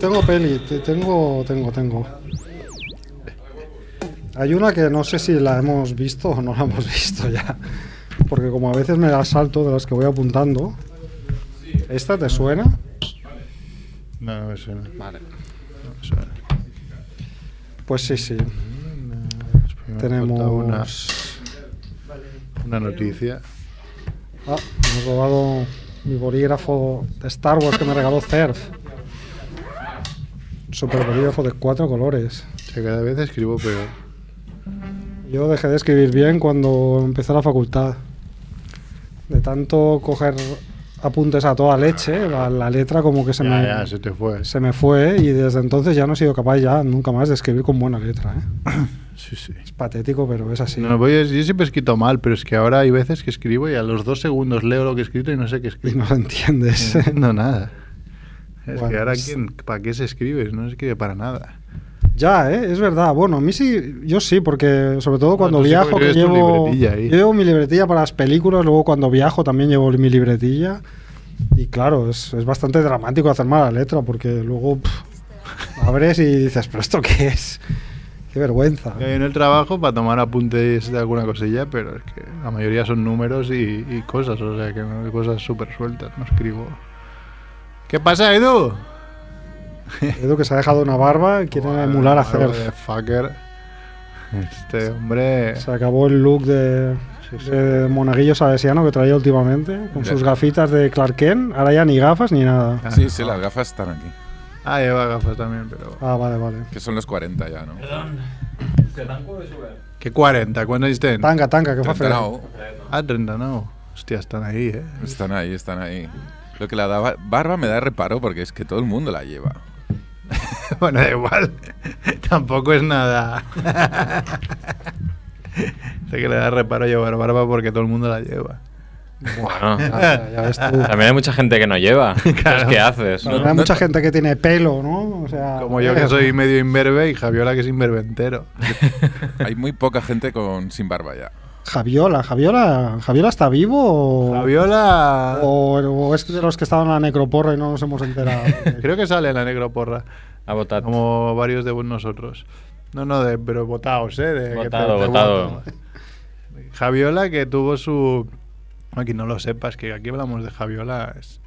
Tengo peli, te- tengo, tengo, tengo. Hay una que no sé si la hemos visto o no la hemos visto ya. Porque como a veces me la salto de las que voy apuntando. ¿Esta te suena? No, no me suena. Vale. No me suena. Pues sí, sí. Me ha Tenemos. faltado Una, una noticia. Ah, me he robado mi bolígrafo de Star Wars que me regaló CERF. Super bolígrafo de cuatro colores. Que cada vez escribo peor. Yo dejé de escribir bien cuando empecé la facultad. De tanto coger apuntes a toda leche, la, la letra como que se, ya, me, ya, se te fue. se me fue y desde entonces ya no he sido capaz ya nunca más de escribir con buena letra. ¿eh? Sí, sí. Es patético, pero es así. No, pues voy a- yo siempre he escrito mal, pero es que ahora hay veces que escribo y a los dos segundos leo lo que he escrito y no sé qué he Y escrito. no lo entiendes. No entiendo nada. Es que Bueno, ahora, es- ¿quién, ¿para qué se escribe? No se escribe para nada. Ya, ¿eh? es verdad. Bueno, a mí sí, yo sí, porque sobre todo Bueno, cuando tú sí viajo, porque que tienes tu llevo, libretilla ahí. yo llevo mi libretilla para las películas, luego cuando viajo también llevo mi libretilla. Y claro, es, es bastante dramático hacer mala letra, porque luego pff, abres y dices, ¿pero esto qué es? Qué vergüenza. En el trabajo para tomar apuntes de alguna cosilla, pero es que la mayoría son números y, y cosas, o sea que no, cosas súper sueltas, no escribo. ¿Qué pasa, Edu? Edu que se ha dejado una barba, quiere Joder, emular a barba de Cerf. fucker. Este hombre. Se acabó el look de, Sí, sí. de monaguillo salesiano que traía últimamente, con Ya. sus gafitas de Clark Kent. Ahora ya ni gafas ni nada. Ah, Sí, sí, no. las gafas están aquí. Ah, lleva gafas también, pero. Ah, vale, vale. Que son los 40 ya, ¿no? Perdón. ¿Qué tan culo sube? ¿Qué 40? ¿Cuántos años tienen? Tanga, tanga, que fue 30 no, Ah, 30, no. Hostia, están ahí, eh. Están ahí, están ahí. Lo que la da barba me da reparo porque es que todo el mundo la lleva. bueno, da igual. Tampoco es nada. Sé que le da reparo llevar barba porque todo el mundo la lleva. Bueno, Ah, Ya, ya ves tú. también hay mucha gente que no lleva. Claro. Entonces, ¿Qué haces? También No, hay no- mucha gente que tiene pelo, ¿no? O sea, eh, Como yo que joder. soy medio imberbe y Javiola que es imberbentero. Hay muy poca gente con sin barba ya. Javiola, Javiola, ¿Javiola está vivo o, Javiola. o- o es de los que estaban en la necroporra y no nos hemos enterado? Creo que sale en la necroporra. Ha votado. Como varios de nosotros. No, no, de, pero votados, ¿eh? De, que te- Votado, te votado. votan. Javiola que tuvo su... Aquí no lo sepas, que aquí hablamos de Javiola. es-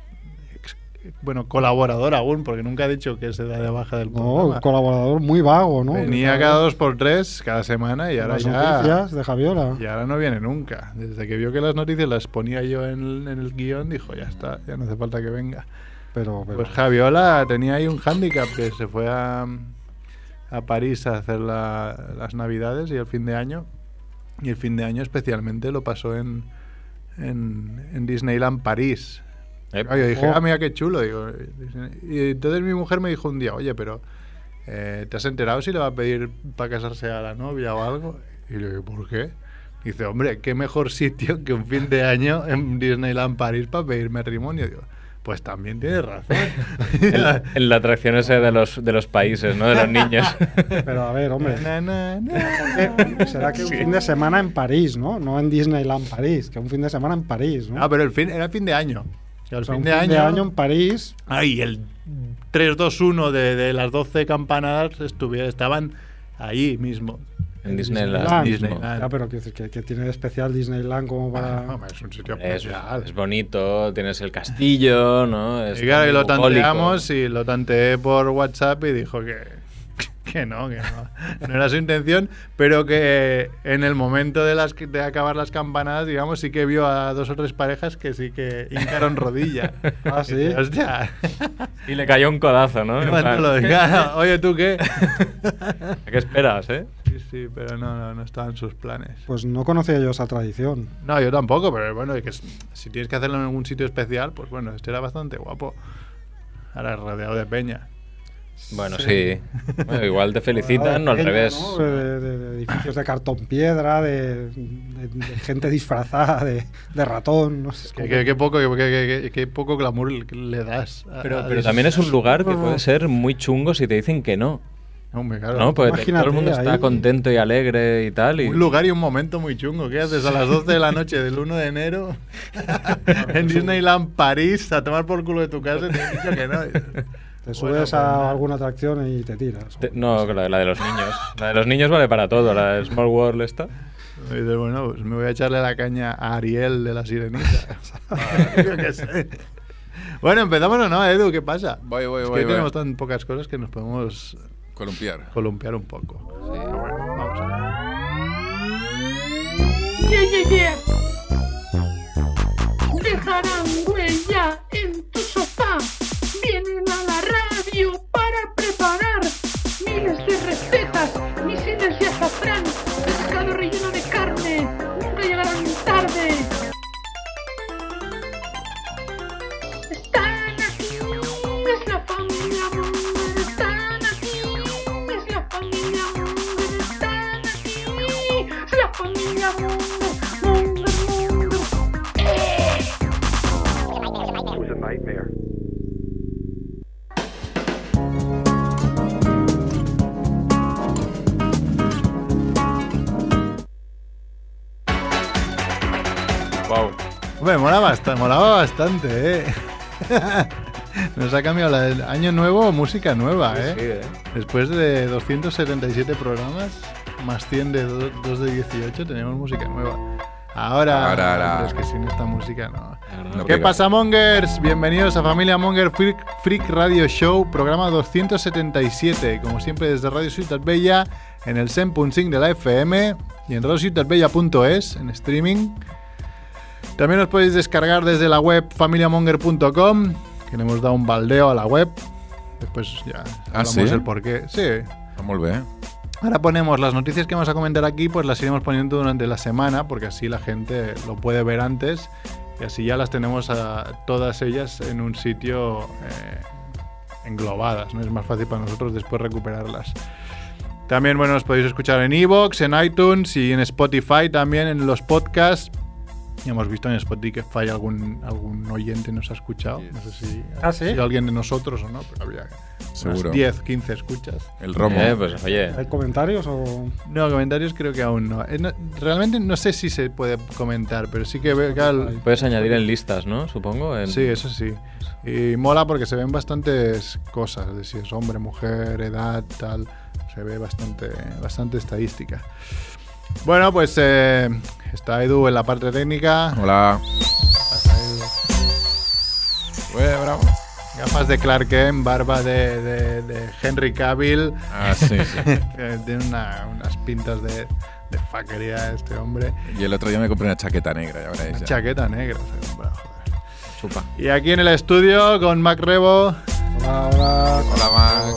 ex- bueno, colaborador aún, porque nunca ha dicho que se da de baja del No, programa. colaborador muy vago, ¿no? Venía cada dos por tres, cada semana, y ahora Las ya... noticias de Javiola. Y ahora no viene nunca. Desde que vio que las noticias las ponía yo en el, en el guión, dijo, ya está, ya no hace falta que venga. Pero, pero- Pues Javiola tenía ahí un hándicap que se fue a, a París a hacer la- las navidades y el fin de año. Y el fin de año especialmente lo pasó en, en, en Disneyland París. Eh, Claro, yo dije, Oh. ah, mira qué chulo. digo, Disney- y entonces mi mujer me dijo un día, oye, pero eh, ¿te has enterado si le va a pedir para casarse a la novia o algo? Y le digo, ¿por qué? Dice, hombre, qué mejor sitio que un fin de año en Disneyland París para pedir matrimonio. Digo, pues también tienes razón. en, la, en la atracción ese de los, de los países, ¿no? De los niños. pero a ver, hombre. Na, na, na, ¿qué- na. Será que un Sí. fin de semana en París, ¿no? No en Disneyland París, que un fin de semana en París, ¿no? Ah, pero el fin, era fin de año. El O sea, fin un de año, en París. Ay, el 3-2-1 de, de las 12 campanadas estuvi- estaban ahí mismo. En Disneyland. Disneyland. Disneyland. Ya, Ah, pero quiero decir, que, que tiene de especial Disneyland como para. Ah, es un sitio Es, especial. es bonito, tienes el castillo, ¿no? Es pues, Y claro, y lo bucólico. tanteamos y lo tanteé por WhatsApp y dijo que, que no, que no. No era su intención, pero que en el momento de, las, de acabar las campanadas, digamos, sí que vio a dos o tres parejas que sí que hincaron rodilla. Ah, ¿sí? Y, Hostia. Y le cayó un codazo, ¿no? En cuando plan, lo diga, Oye, ¿tú qué? ¿A qué esperas, eh? Sí, sí, pero no, no, no estaban sus planes. Pues no conocía yo esa tradición. No, yo tampoco, pero bueno, es que es- si tienes que hacerlo en algún sitio especial, pues bueno, este era bastante guapo. Ahora rodeado de peña. Bueno, sí. Bueno, igual te felicitan, no al Peña, revés. ¿no? De, de- de edificios de cartón piedra, de, de- de gente disfrazada, de, de ratón. No sé, es Qué, como- qué- qué poco, qué, qué- qué- qué poco glamour le das. a- Pero, a pero dis- también es un lugar que no. puede ser muy chungo si te dicen que no. Hombre, claro. ¿No? pues, Porque te- Imagínate, todo el mundo está ahí- contento y alegre y tal. Y... Un lugar y un momento muy chungo. ¿Qué haces a las 12 de la noche del 1 de enero en Disneyland París a tomar por culo de tu casa? y Te he dicho que no. Te Bueno, subes pues a nada. alguna atracción y te tiras. Te- No, la, de- la de los niños. La de los niños vale para todo. La de Small World esta. Y dices, bueno, pues me voy a echarle la caña a Ariel de la sirenita. Yo qué sé. Bueno, empezamos o no, Edu, ¿qué pasa? Voy, voy, es voy, que voy. tenemos tan pocas cosas que nos podemos Columpiar. columpiar un poco. Pero bueno, vamos allá. Yeah, yeah, yeah. Dejarán huella en tu sofá. Vienen a la radio para preparar miles de recetas, misiles de azafrán, pescado relleno de carne. Nunca llegarán tarde. Están aquí, es la familia Munger. Están aquí, es la familia Munger. Están aquí, es la familia Munger. Munger, Munger. Wow. Hombre, mola bastante, molaba bastante, ¿eh? Nos ha cambiado la del año nuevo, música nueva, ¿eh? Después de 277 programas, más 100 de 2 de 18, tenemos música nueva. Ahora, Ahora, ahora. hombre, es que sin esta música no. No ¿Qué pega. pasa, Mongers? Bienvenidos a Familia Monger Freak, Freak Radio Show, programa 277. Como siempre, desde Radio Ciutat Bella, en el 100.5 de la FM y en radiociutatbella.es, en streaming. También os podéis descargar desde la web familiamonger.com, que le hemos dado un baldeo a la web. Después ya ¿Ah, hablamos sí? del porqué. Sí. Vamos ¿eh? a ver. Ahora ponemos las noticias que vamos a comentar aquí, pues las iremos poniendo durante la semana, porque así la gente lo puede ver antes y así ya las tenemos a todas ellas en un sitio eh, englobadas, ¿no? Es más fácil para nosotros después recuperarlas. También, bueno, os podéis escuchar en Evox, en iTunes y en Spotify, también en los podcasts. Ya hemos visto en Spotify algún, algún oyente nos ha escuchado. No sé si, Ah, ¿sí? si alguien de nosotros o no, pero habría Seguro. unas 10, 15 escuchas. El romo. Eh, pues oye. ¿Hay comentarios o.? No, comentarios creo que aún no. Eh, no- Realmente no sé si se puede comentar, pero sí que veo que al- Puedes añadir en listas, ¿no? Supongo. en- Sí, eso sí. Y mola porque se ven bastantes cosas, de si es hombre, mujer, edad, tal. Se ve bastante, bastante estadística. Bueno, pues eh, está Edu en la parte técnica. Hola. Ué, bravo. Gafas de Clark Kent, barba de, de- de Henry Cavill. Ah, sí, sí. Eh, Tiene una- unas pintas de, de faquería este hombre. Y el otro día me compré una chaqueta negra, ya veréis. Una ya. chaqueta negra. se compra, joder. Chupa. Y aquí en el estudio con Mac Rebo. Hola, hola. Hola, Mac.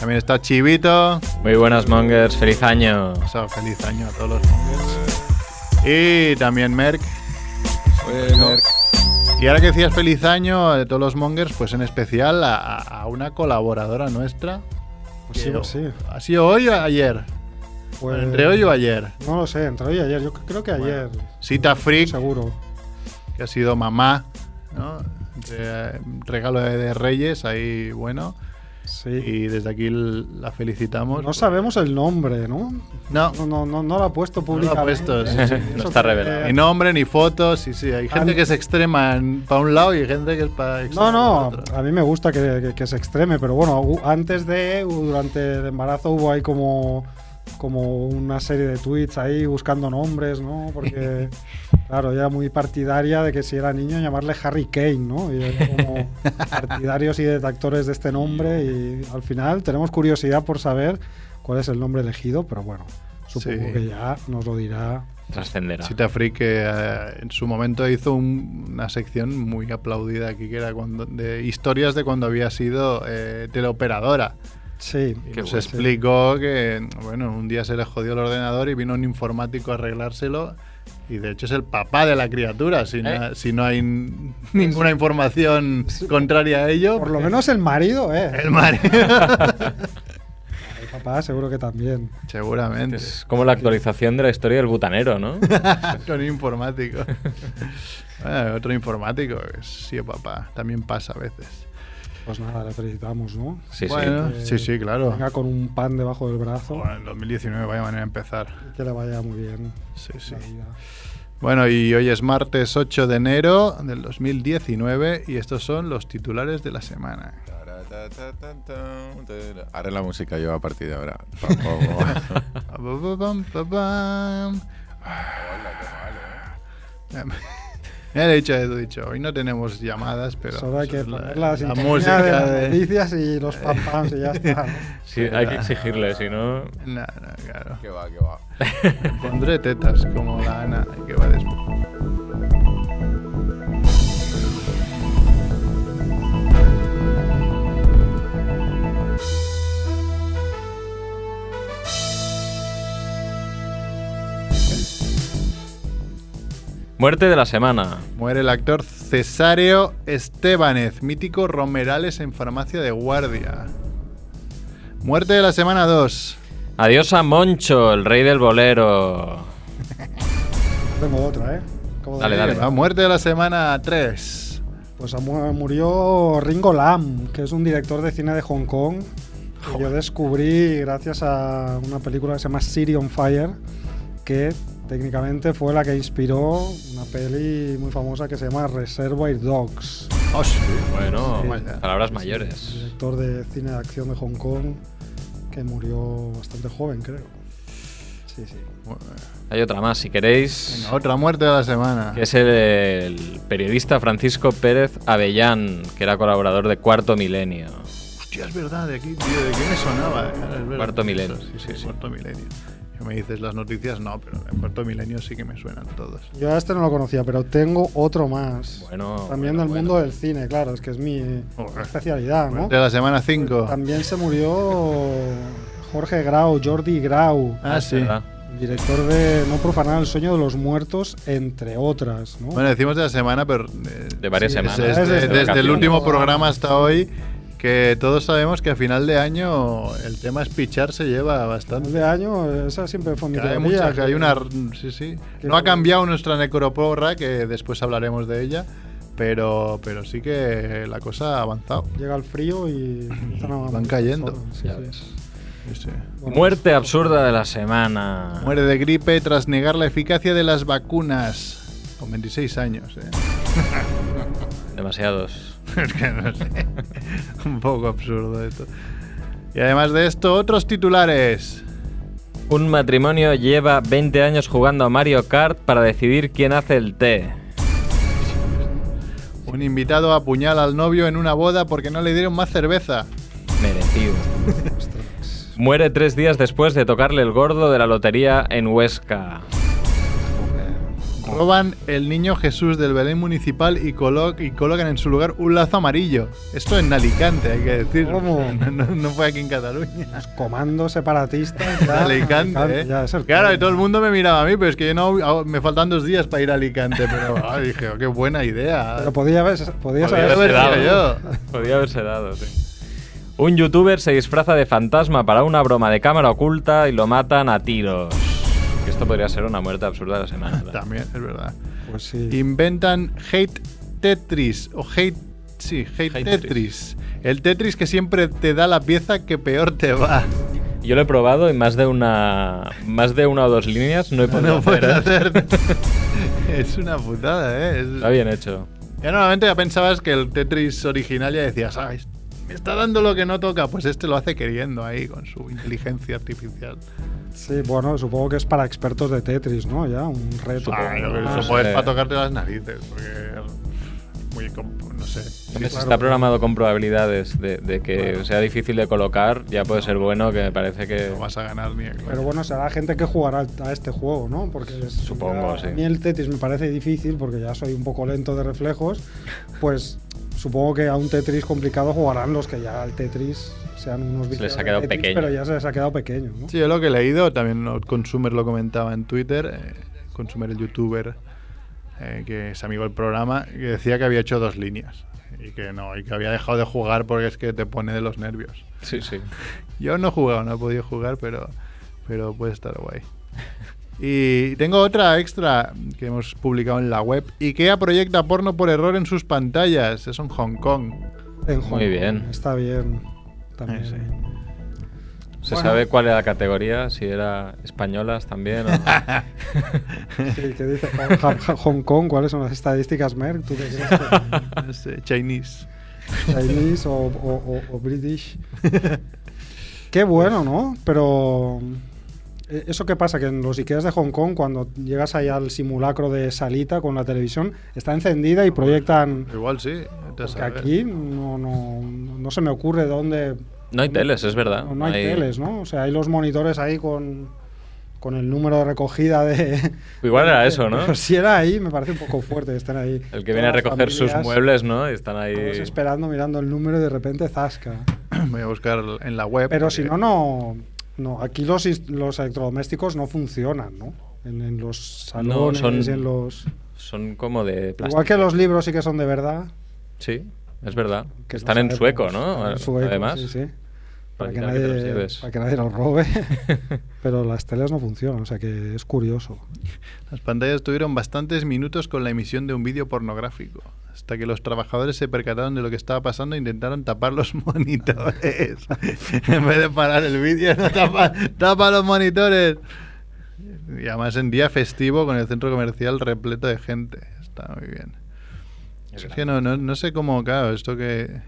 También está Chivito. Muy buenas, Mongers. Feliz año. O sea, feliz año a todos los mongers. Y también Merck. Ué, Merck. Y ahora que decías feliz año a todos los mongers, pues en especial a, a- a una colaboradora nuestra. Pues sí, Que- pues sí. ¿Ha sido hoy o ayer? Pues- Entre hoy o ayer. No lo sé, entre hoy y ayer. Yo c- creo que ayer. Sita Freak, Seguro. que ha sido mamá, ¿no? Entre, eh, regalo de, de Reyes, ahí bueno. Sí. Y desde aquí l- la felicitamos. No sabemos el nombre, ¿no? No, No, no, no, no lo ha puesto No lo ha públicamente. Eh, puesto, sí, sí. No está revelado. Ni nombre, ni fotos, sí, sí. Hay gente Ah, que es extrema para un lado y gente que es para No, no, a mí me gusta que, que- que se extreme, pero bueno, hu- antes de, durante el embarazo hubo ahí como, como una serie de tweets ahí buscando nombres, ¿no? Porque, claro, ella era muy partidaria de que si era niño llamarle Harry Kane, ¿no? Y era como partidarios y detractores de este nombre y al final tenemos curiosidad por saber cuál es el nombre elegido, pero bueno, supongo Sí. que ya nos lo dirá. Trascenderá. Chita Free que eh, en su momento hizo un- una sección muy aplaudida aquí que era cuando, de historias de cuando había sido eh, teleoperadora. Sí, Y Qué nos bueno. explicó que, bueno, un día se le jodió el ordenador y vino un informático a arreglárselo. Y de hecho es el papá de la criatura, si, no, si no hay n- ninguna información contraria a ello. por lo menos el marido, ¿eh? El marido. El papá seguro que también. Seguramente. Es como la actualización de la historia del butanero, ¿no? Con informático. Bueno, otro informático, que sí, papá, también pasa a veces. Pues nada, le felicitamos, ¿no? Sí, bueno, Eh, sí, sí, claro. Venga con un pan debajo del brazo Bueno, en 2019 vaya manera de empezar. que le vaya muy bien. Sí, sí. la vida. Bueno, y hoy es martes 8 de enero del 2019 y estos son los titulares de la semana. Haré la música yo a partir de ahora. Tampoco. Pam, pam, pam, pam, pam. ¿eh? Ya le he dicho, he dicho, hoy no tenemos llamadas, pero Solo hay eso que es poner la, sintonía música de las de- noticias y los pam pams y ya está. Sí, hay que exigirle, si no. No, no, claro. que va, que va. Pondré tetas como la Ana que va después. Muerte de la semana. Muere el actor Cesáreo Estebanez, mítico Romerales en farmacia de guardia. Muerte de la semana 2. Adiós a Moncho, el rey del bolero. Tengo otra, ¿eh? Acabo de Dale, ver. dale. La Ah, muerte de la semana 3. Pues ha mu- murió Ringo Lam, que es un director de cine de Hong Kong. Que yo descubrí gracias a una película que se llama City on Fire, que técnicamente fue la que inspiró una peli muy famosa que se llama Reservoir Dogs. Oh, Bueno, Sí, vaya. palabras Es un mayores. director de cine de acción de Hong Kong que murió bastante joven, creo. Sí, sí. Hay otra más, si queréis. Venga, otra muerte de la semana. que es el, el periodista Francisco Pérez Avellán, que era colaborador de Cuarto Milenio. Hostia, es verdad, de aquí, tío, de aquí me sonaba. eh, es verdad. Cuarto milenio, Sí, sí, sí, sí. cuarto milenio. Yo me dices las noticias, no, pero en cuarto milenio sí que me suenan todos. Yo a este no lo conocía, pero tengo otro más. Bueno, También bueno, del bueno. Oh. mundo del cine, claro, es que es mi Joder. especialidad, ¿no? Oh, Muerte de la semana 5. También se murió Jorge Grau, Jordi Grau, Ah, sí. ¿Verdad? director de No profanar el sueño de los muertos, entre otras, ¿no? Bueno, decimos de la semana, pero. eh, De varias Sí, semanas. Es- es- Desde- desde, desde el vacaciones. último programa hasta hoy, que todos sabemos que a final de año el tema es pichar se lleva bastante. de año, esa siempre fue mi Que Hay teoría, mucha, que que- hay una. Sí, sí. que- No ha cambiado nuestra necroporra, que después hablaremos de ella, pero, pero sí que la cosa ha avanzado. Llega el frío y empiezan a- Van cayendo. Sí, Ya sí. ves. Sí, sí. Bueno, Muerte absurda de la semana. Muere de gripe tras negar la eficacia de las vacunas. Con 26 años, ¿eh? Demasiados. Es que no sé. Un poco absurdo esto. Y además de esto, otros titulares. Un matrimonio lleva 20 años jugando a Mario Kart para decidir quién hace el té. Un invitado apuñala al novio en una boda porque no le dieron más cerveza. Merecido. Muere tres días después de tocarle el gordo de la lotería en Huesca. pues, Roban el niño Jesús del Belén Municipal y, colo- y colocan en su lugar un lazo amarillo. Esto en Alicante, hay que decir. ¿Cómo? No, no- no fue aquí en Cataluña. Los comandos separatistas. En ya, Alicante, ¿eh? ya, es el- Claro, y todo el mundo me miraba a mí, pero es que yo no. ah, Me faltan dos días para ir a Alicante, pero ah, dije, oh, qué buena idea. Pero podía haber, podías Podía haber- haber sido dado. yo. Podía haberse dado, sí. Un youtuber se disfraza de fantasma para una broma de cámara oculta y lo matan a tiros. Esto podría ser una muerte absurda de la semana. ¿verdad? También, es verdad. Pues sí. Inventan Hate Tetris o Hate. Sí, Hate, Hate Tetris. El Tetris que siempre te da la pieza que peor te va. Yo lo he probado y más de una más de una o dos líneas no he podido No puedes hacer, ¿eh? hacer. es una putada, ¿eh? Es- Está bien hecho. Ya normalmente ya pensabas que el Tetris original ya decías, ah, es- me está dando lo que no toca. Pues este lo hace queriendo ahí con su inteligencia artificial. Sí, bueno, supongo que es para expertos de Tetris, ¿no? Ya, un reto. Claro, pero no eso puedes sé. para tocarte las narices. Porque. es Muy. comp- No sé. Hombre, si claro. está programado con probabilidades de, de que sea difícil de colocar, ya puede ser bueno, que me parece que... No vas a ganar ni a clase. Pero bueno, será gente que jugará a este juego, ¿no? Porque es- Supongo, a sí. mí el Tetris me parece difícil porque ya soy un poco lento de reflejos, pues supongo que a un Tetris complicado jugarán los que ya al Tetris sean unos Se viciados les ha de quedado Tetris, pequeño. Pero ya se les ha quedado pequeño, ¿no? Sí, yo lo que he leído, también lo- Consumer lo comentaba en Twitter, eh, Consumer el youtuber, eh, que es amigo del programa, que decía que había hecho dos líneas y que no, y que había dejado de jugar porque es que te pone de los nervios. Sí, sí. Yo no he jugado, no he podido jugar, pero, pero puede estar guay. Y tengo otra extra que hemos publicado en la web. IKEA proyecta porno por error en sus pantallas. Eso en Hong Kong. En Hong Kong, Muy bien. Está bien. También. Eh, sí. ¿Se sabe cuál era la categoría? Si era españolas también o... Sí, ¿qué dice Hong- Hong- Hong- Hong Kong? ¿Cuáles son las estadísticas, Merck? ¿Tú qué crees? que- No sé, Chinese. ¿Chinese o, o- o- o British? Qué bueno, ¿no? Pero... eh, ¿Eso qué pasa? Que en los Ikeas de Hong Kong, cuando llegas ahí al simulacro de salita con la televisión, está encendida y proyectan... Igual sí. vete a Que saber. aquí no, no, no se me ocurre dónde... No hay teles, es verdad. No, no hay teles, ¿no? O sea, hay los monitores ahí con, con el número de recogida de... Igual era eso, ¿no? Pero si era ahí, me parece un poco fuerte que estén ahí. El que viene a Pues todas las recoger sus familias, muebles, ¿no? Y están ahí... todos esperando, mirando el número y de repente zasca. Voy a buscar en la web. Eh, Pero porque- si no, no... no aquí los, inst- los electrodomésticos no funcionan, ¿no? En, en los No, salones, son- en los... Son como de plástico. Igual que los libros sí que son de verdad. Sí, es verdad. que Que están no en sabemos, sueco, están ¿no? en sueco, Además. sí, sí. Para, que evitar que te los nadie, lleves. para que nadie los robe. Pero las teles no funcionan, o sea que es curioso. Las pantallas tuvieron bastantes minutos con la emisión de un vídeo pornográfico, hasta que los trabajadores se percataron de lo que estaba pasando e intentaron tapar los monitores. en vez de parar el vídeo, no, tapa, tapa los monitores. Y además en día festivo con el centro comercial repleto de gente. Está muy bien. Es que no, no, no sé cómo, claro, esto que...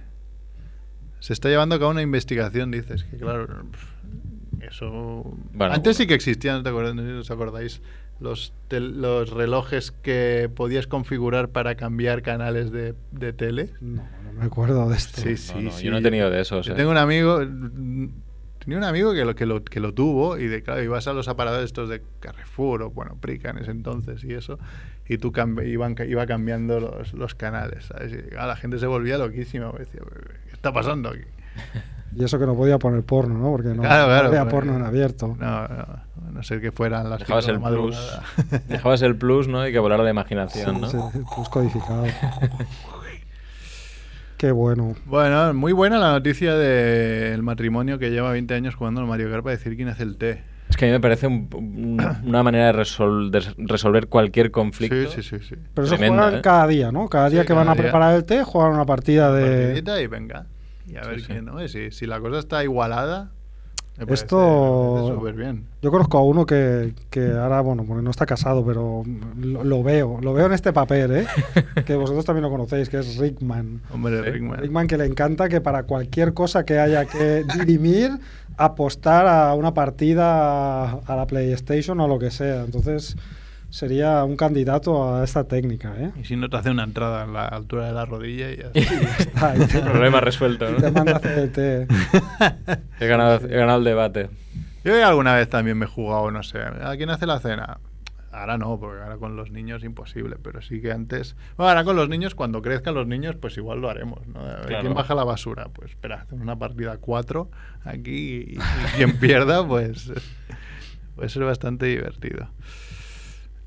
Se está llevando a cabo una investigación, dices, que claro, pff, eso... Bueno, Antes bueno. sí que existían, ¿no te acuerdas? No sé si os acordáis, los, tel- los relojes que podías configurar para cambiar canales de, de tele. No, no me acuerdo de esto. Sí, sí, Pues, no, sí. yo no he tenido de esos, Yo eh. tengo un amigo, mm, tenía un amigo que lo, que lo, que lo tuvo y de, claro, ibas a los aparadores estos de Carrefour o, bueno, Prica en ese entonces y eso, y tú cambi- iban, ca- iba cambiando los, los canales, ¿sabes? Y, claro, la gente se volvía loquísima, decía, ¿qué está pasando aquí? Y eso que no podía poner porno, ¿no? Porque no, Claro, no claro, había porque- porno en abierto. No, no, a no ser que fueran las Dejabas cinco de el la plus. madrugada. Dejabas el plus, ¿no? Y que volara la Sí, imaginación, ¿no? sí, pues codificado. Qué bueno. Bueno, muy buena la noticia del matrimonio que lleva 20 años jugando al Mario Kart para decir quién hace el té. Es que a mí me parece un- un- una manera de, resol- de resolver cualquier Sí, conflicto. sí, sí, sí. Pero eso Tremenda, juegan ¿eh? cada día, ¿no? Cada día Sí, que cada van a día. preparar el té, juegan una partida de... Partidita y venga. Y a Sí, ver sí. quién, ¿no? Si, si la cosa está igualada, me parece- Esto- me parece súper bien. Yo conozco a uno que, que ahora, bueno, porque no está casado, pero lo, lo veo, lo veo en este papel, ¿eh? que vosotros también lo conocéis, que es Rickman. Hombre, Sí. Rickman. Rickman que le encanta que para cualquier cosa que haya que dirimir, apostar a una partida a la PlayStation o lo que sea. Entonces sería un candidato a esta técnica, ¿eh? Y si no te hace una entrada en la altura de la rodilla y ya está. Está ahí. Problema resuelto, Te manda a ¿no? hacer el té. He ganado, he ganado el debate. Yo alguna vez también me he jugado, no sé, ¿a quién hace la cena? Ahora no, porque ahora con los niños imposible, pero sí que antes... Bueno, ahora con los niños, cuando crezcan los niños, pues igual lo haremos, ¿no? A ver, Claro. ¿Quién baja la basura? Pues espera, hacemos una partida 4 aquí y, y quien pierda, pues puede ser bastante divertido.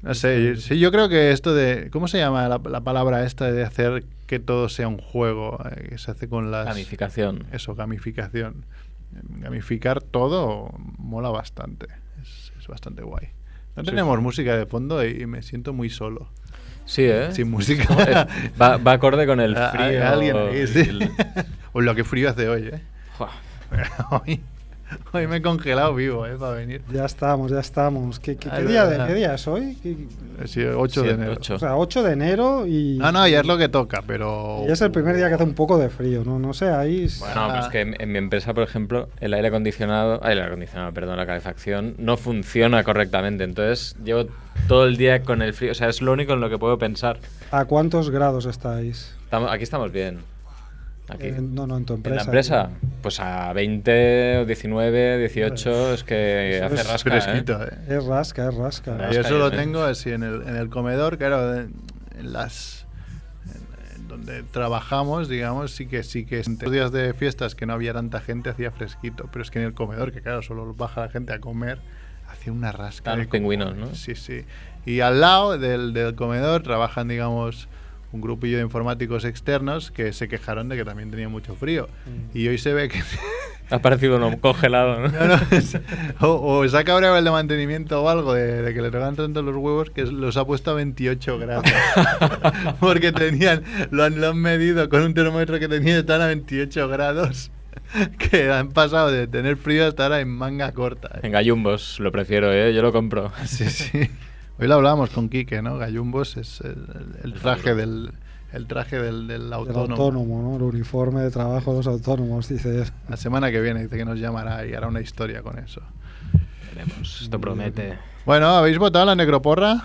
No sé, yo- sí, yo creo que esto de... ¿Cómo se llama la, la palabra esta de hacer que todo sea un juego? eh, que se hace con las... Planificación. Eso, gamificación. Gamificar todo mola bastante. Es, es bastante guay. No Sí, tenemos música de fondo y, y me siento muy solo. Sí, ¿eh? Sin música. Como, eh, Va, va acorde con el A- a- frío. alguien ahí, sí. y el- O lo que frío hace hoy, ¿eh? Buah. hoy, hoy me he congelado vivo, ¿eh? Para venir. Ya estamos, ya estamos. ¿Qué, qué- Ah, qué es día, de, verdad. qué día es hoy? ¿Qué- Ha sido 8 de Siete, enero. ocho. o sea, 8 de enero y... No, no, ya es lo que toca, pero... y es el primer día que hace un poco de frío, ¿no? No sé, ahí... es- Bueno, Ah. pero es que en, en mi empresa, por ejemplo, el aire acondicionado, ay, el aire acondicionado, perdón, la calefacción, no funciona correctamente. Entonces llevo todo el día con el frío. O sea, es lo único en lo que puedo pensar. ¿A cuántos grados estáis? Estamos- aquí estamos bien. Aquí. Eh, no, no, en tu ¿En empresa. la empresa? Pues a 20, o 19, Pues, 18, es que Eso hace es rasca, ¿eh? Fresquito, ¿eh? Es rasca, es rasca. Ah, Las Yo eso lo calles, ¿eh? tengo así en el, en el comedor, claro, en, en las en- en donde trabajamos, digamos, sí que sí que en los días de fiestas que no había tanta gente hacía fresquito, pero es que en el comedor, que claro, solo baja la gente a comer, hacía una rasca. Estaban de los pingüinos, cojones. ¿no? Sí, sí. Y al lado del, del comedor trabajan, digamos, un grupillo de informáticos externos que se quejaron de que también tenía mucho frío. Mm. Y hoy se ve que Ha parecido un congelado, ¿no? no, no, es- o, o se ha cabreado el de mantenimiento o algo de, de que le tocan tanto los huevos que los ha puesto a 28 grados. Porque tenían, lo han, lo han medido con un termómetro que tenía, están a 28 grados. que han pasado de tener frío hasta ahora en manga corta. ¿eh? En gallumbos, lo prefiero, ¿eh? Yo lo compro. Sí, sí. Hoy lo hablábamos con Quique, ¿no? Gallumbos es el, el- el traje del el traje del, del El autónomo. autónomo, ¿no? El uniforme de trabajo de los autónomos, dices. La semana que viene dice que nos llamará y hará una historia con eso. Veremos, esto promete. Bueno, ¿habéis votado la necroporra?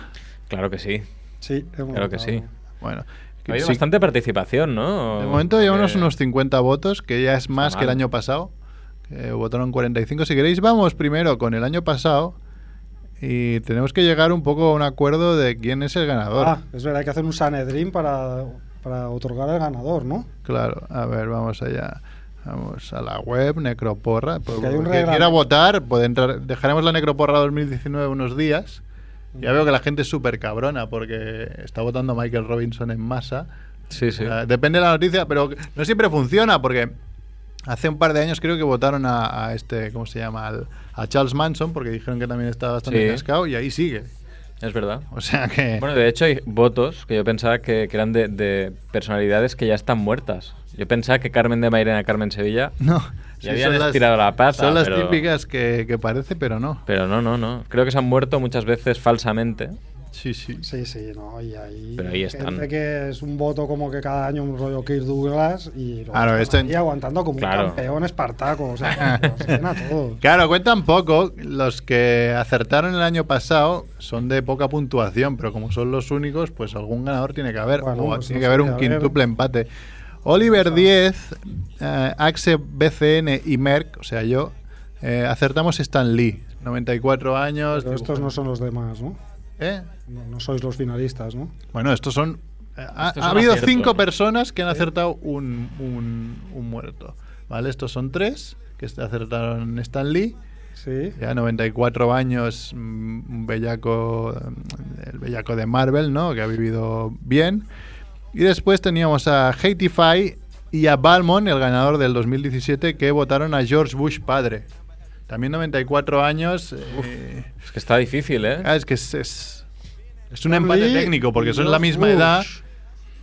Claro que sí. Sí, hemos Claro que votado. sí. Bueno, Ha habido sí, bastante participación, ¿no? de momento llevamos Eh, unos 50 votos, que ya es más que el mal. año pasado. que votaron 45. Si queréis, vamos primero con el año pasado y tenemos que llegar un poco a un acuerdo de quién es el ganador. Ah, es verdad, hay que hacer un Sanedrín para, para otorgar al ganador, ¿no? Claro, a ver, vamos allá. Vamos a la web, Necroporra. Pues, que hay un el que quiera reglamento. votar, puede entrar. Dejaremos la Necroporra 2019 unos días. Ya veo que la gente es súper cabrona porque está votando Michael Robinson en masa. Sí, sí. Eh, depende de la noticia, pero no siempre funciona porque hace un par de años creo que votaron a, a este, ¿cómo se llama? Al- a Charles Manson porque dijeron que también estaba bastante Sí. cascado y ahí sigue. Es verdad. O sea que. Bueno, de hecho hay votos que yo pensaba que, que eran de, de personalidades que ya están muertas. Yo pensaba que Carmen de Mairena, Carmen Sevilla, no. Y sí, habían son las- estirado la pata, Son las pero- típicas que, que parece, pero no. pero no, no, no. Creo que se han muerto muchas veces falsamente. Sí, sí. Sí, sí, no, y ahí. Pero ahí están. gente que es un voto como que cada año un rollo Kirk Douglas y lo Claro, están esto en- ahí aguantando como Claro. un campeón espartaco. O sea, nos llena todo. Claro, cuentan poco. Los que acertaron el año pasado son de poca puntuación, pero como son los únicos, pues algún ganador tiene que haber. Bueno, o pues no tiene sé, que haber un a ver. quintuple empate. Oliver 10, eh, Axe BCN y Merck, o sea, yo, eh, acertamos Stan Lee, 94 años. Pero estos no son los demás, ¿no? ¿Eh? No, no sois los finalistas, ¿no? Bueno, estos son. eh, Ha, Estos ha son habido aciertos. cinco personas que han acertado un, un- un muerto. ¿Vale? Estos son tres que acertaron Stan Lee. Sí. Ya 94 años, mm, un bellaco, mm, el bellaco de Marvel, ¿no? Que ha vivido bien. Y después teníamos a Hatify y a Balmon, el ganador del 2017, que votaron a George Bush padre. También 94 años. eh, Es que está difícil, ¿eh? ah, es que es, es, es un Stan empate Lee técnico porque y son la George misma Bush. edad.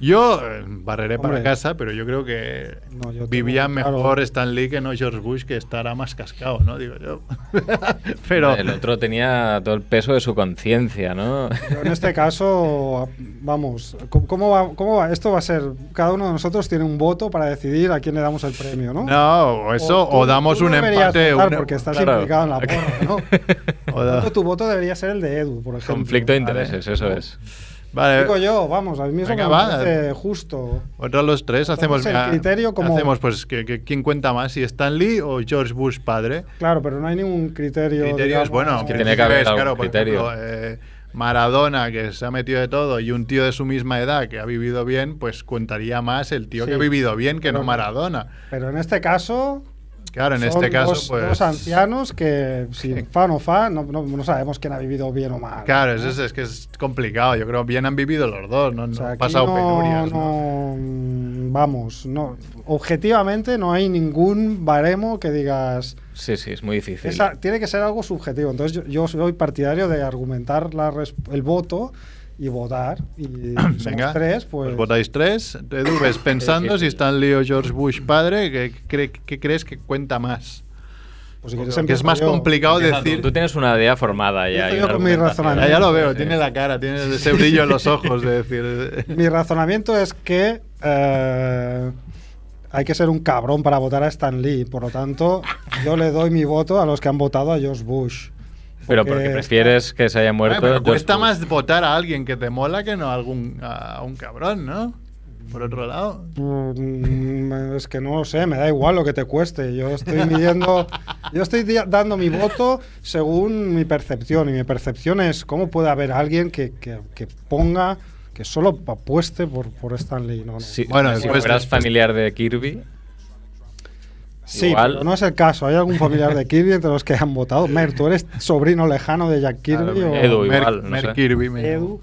Yo eh, barreré para Hombre. casa, pero yo creo que No, yo tengo vivía claro. mejor Stan Lee que no George Bush, que estará más cascado, ¿no? Digo yo. pero El otro tenía todo el peso de su conciencia, ¿no? Yo en este caso, vamos, ¿cómo- ¿cómo va, ¿cómo va? Esto va a ser, cada uno de nosotros tiene un voto para decidir a quién le damos el premio, ¿no? No, o eso, o, tú- damos tú un deberías empate. votar un- porque estás claro. implicado en la porra, ¿no? o da- Tu voto debería ser el de Edu, por ejemplo. Conflicto de Vale. intereses, eso es. Vale, Digo yo, vamos, a mí eso Venga, me va. parece justo. otros los tres hacemos. el mira, criterio como- Hacemos, pues, que, que- ¿quién cuenta más? ¿Si Stan Lee o George Bush padre? Claro, pero no hay ningún criterio. Criterio es digamos, bueno. que hombre, tiene si que haber ves, algún por criterio. ejemplo, eh, Maradona, que se ha metido de todo, y un tío de su misma edad que ha vivido bien, pues contaría más el tío Sí. que ha vivido bien que no Pero- Maradona. Pero en este caso, Claro, en son este caso, dos, pues. dos ancianos que, si fan o fan, no, no- no sabemos quién ha vivido bien o mal. Claro, es, es- es que es complicado. Yo creo bien han vivido los dos, no, O no sea, han aquí pasado penurias. ¿no? no- mm, Vamos, no, objetivamente no hay ningún baremo que digas. Sí, sí, es muy difícil. esa- tiene que ser algo subjetivo. Entonces, yo, yo soy partidario de argumentar la res- el voto y votar. Y somos Venga, tres, pues. votáis tres. Edu, ves pensando si están Leo George Bush padre, ¿qué, cre- qué crees que cuenta más? pues si quieres Porque es empiezo más yo. complicado Empieza tú. decir... Tú tienes una idea formada ya. Empiezo y yo una con mi argumentación. razonamiento. Ya, ya lo veo, Sí. tiene la cara, tiene ese brillo en los ojos de decir... eh, Mi razonamiento es que eh, hay que ser un cabrón para votar a Stan Lee. Por lo tanto, yo le doy mi voto a los que han votado a George Bush. Pero porque prefieres que se haya Ay, muerto. pero George cuesta Bush. más votar a alguien que te mola que no a, algún, a un cabrón, ¿no? Por otro lado... Mm, Es que no lo sé, me da igual lo que te cueste. Yo estoy midiendo, yo estoy di- dando mi voto según mi percepción. Y mi percepción es cómo puede haber alguien que, que- que ponga, que solo apueste por, por Stan Lee. No, no. Sí, Bueno, si pues- fueras familiar de Kirby, Sí, Igual. pero no es el caso. ¿Hay algún familiar de Kirby entre los que han votado? Mer, ¿tú eres sobrino lejano de Jack Kirby Claro, o Edu, Mer- igual, no Mer sé. Kirby, me llamo. Edu?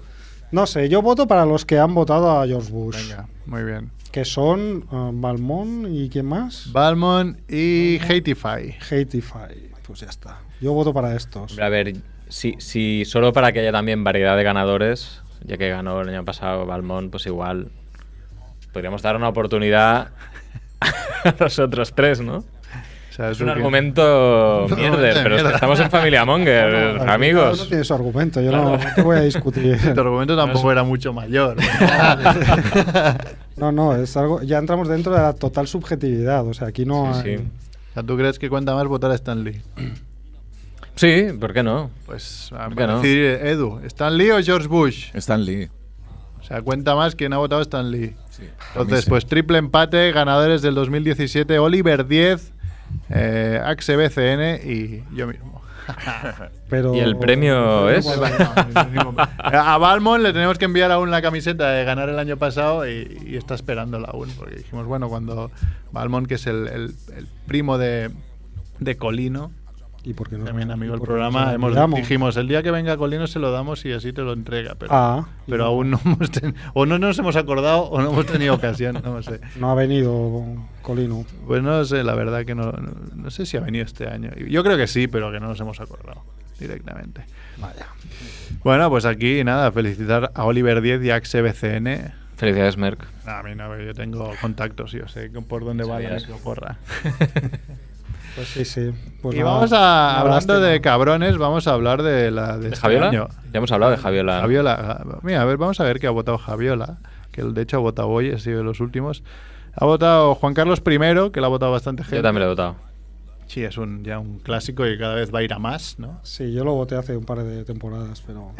No sé, yo voto para los que han votado a George Bush, Venga, muy bien. que son eh, Malmón y ¿quién más? Balmon y Hatify. Hateify. Pues ya está. Yo voto para estos. a ver, si, si solo para que haya también variedad de ganadores, ya que ganó el año pasado Balmón, pues igual podríamos dar una oportunidad a nosotros tres, ¿no? O sea, Es un lo que- argumento No, mierder, de pero es que mierda. estamos en Familia Monger, Claro, No amigos. tiene su argumento, yo no, Claro. no te voy a discutir. Tu Este argumento tampoco era mucho mayor. No, no, es algo. Ya entramos dentro de la total subjetividad. O sea, aquí no. Sí, hay- sí. O sea, ¿Tú crees que cuenta más votar a Stanley? Sí, ¿por qué no? Pues a ¿Por qué no? decir, eh, Edu, ¿Stanley o George Bush? Stan Lee. O sea, cuenta más quien ha votado a Stanley. Sí, para mí Entonces, sí. pues triple empate, ganadores del 2017, Oliver 10, eh, Axe BCN y yo mismo. Pero, ¿Y el premio es? A Balmon le tenemos que enviar aún la camiseta de ganar el año pasado y, y está esperándola aún, porque dijimos, bueno, cuando Balmon, que es el, el- el primo de, de Colino, ¿Y por qué no? también amigo del ¿Por qué no se programa, lo hemos- damos? dijimos, el día que venga Colino se lo damos y así te lo entrega, pero, Ah, pero aún no hemos ten- o no nos hemos acordado o no hemos tenido ocasión, no sé. no ha venido Colino. Pues no sé, la verdad que no, no, no sé si ha venido este año. Yo creo que sí, pero que no nos hemos acordado directamente. Vaya. Bueno, pues aquí nada, felicitar a Oliver 10 y a Axe BCN. Felicidades, Merck. A mí no, yo tengo contactos, yo sé por dónde va la Sabías. microporra. Pues sí, sí. Pues y nada, vamos a, una hablando de lástima. cabrones, vamos a hablar de la de ¿De este Javiola? año. Ya hemos hablado de Javiola. Javiola, ah, mira, a ver, vamos a ver qué ha votado Javiola, que de hecho ha votado hoy, ha sido de los últimos. Ha votado Juan Carlos I, que la ha votado bastante gente. Yo también lo he votado. Sí, es un, ya un clásico y cada vez va a ir a más, ¿no? Sí, yo lo voté hace un par de temporadas, pero.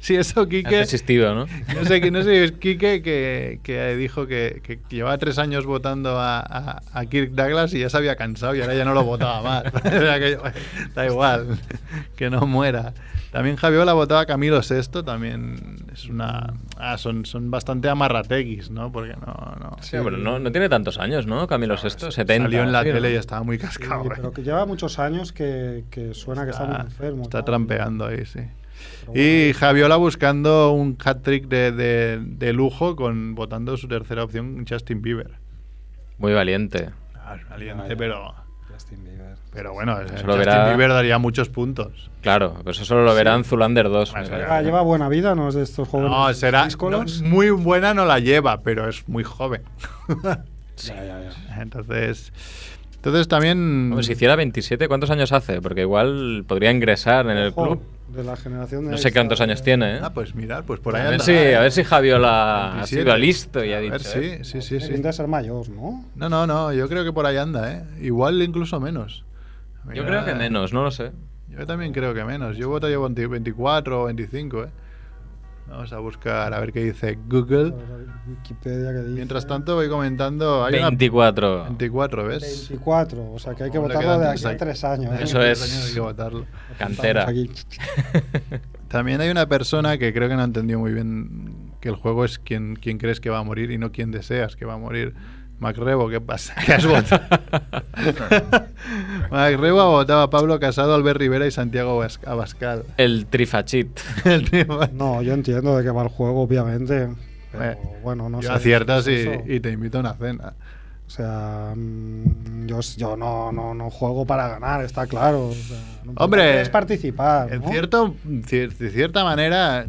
Sí, eso, Has Quique. existido, ¿no? No sé, que- no sé, es Quique que, que dijo que, que llevaba tres años votando a, a- a Kirk Douglas y ya se había cansado y ahora ya no lo votaba más. O sea, que da igual, que no muera. También Javiola votaba a Camilo VI, también es una... Ah, son, son bastante amarrateguis, ¿no? Porque no... no Sí, pero no, no tiene tantos años, ¿no? Camilo VI, 70. Salió en la sí, ¿no? tele y estaba muy Sí, cascado. eh. Ah, pero que lleva muchos años que, que suena que está, muy enfermo. está tal. trampeando ahí, sí. Pero Y Javiola buscando un hat-trick de, de- de lujo con votando su tercera opción Justin Bieber. Muy valiente. Ah, es valiente, Vaya. pero, Justin Bieber. pero bueno, eh, Solo Justin verá- Bieber daría muchos puntos. Claro, pero eso solo lo verán Zulander 2. Bueno, me parece. Ah, lleva buena vida, ¿no? Es de estos jóvenes. No, será no, díscolos. muy buena no la lleva, pero es muy joven. Ya, ya, ya. entonces, entonces también Hombre, si hiciera 27, ¿cuántos años hace? Porque igual podría ingresar en el Ojo, club. De la generación de No sé cuántos años tiene, ¿eh? Ah, pues mirar, pues por ahí A ver anda, si, ¿eh? a ver si Javiola ha 27. sido listo y ha A dicho. ver, "Eh, sí, sí, sí, sí. Pinta de ser mayor, ¿no? No, no, no, yo creo que por ahí anda, ¿eh? Igual incluso menos. Yo Mira, creo que menos, no lo sé. Yo también creo que menos. Yo voto yo 20 24 o 25, ¿eh? Vamos a buscar a ver qué dice Google. Wikipedia que dice. Mientras tanto voy comentando... Hay una- 24. 24, ¿ves? 24, o sea que hay que Aún le votarlo quedan de tres aquí a años. tres años. ¿eh? Eso Tres es. años hay que votarlo. Cantera. Estamos aquí. También hay una persona que creo que no entendió muy bien que el juego es quien, quien crees que va a morir y no quien deseas que va a morir. Macrebo, ¿qué pasa? ¿Qué has votado? Macrebo ha votado a Pablo Casado, Albert Rivera y Santiago Abas- Abascal. El trifachit. El tío- No, yo entiendo de qué va el juego, obviamente. Pero Eh, bueno, no yo sé. aciertas ¿qué y, es eso? y te invito a una cena. O sea, mm, yo, yo no, no, no juego para ganar, está claro. o sea, no- Hombre, Es participar. En ¿no? cierto, cier- de cierta manera, eh,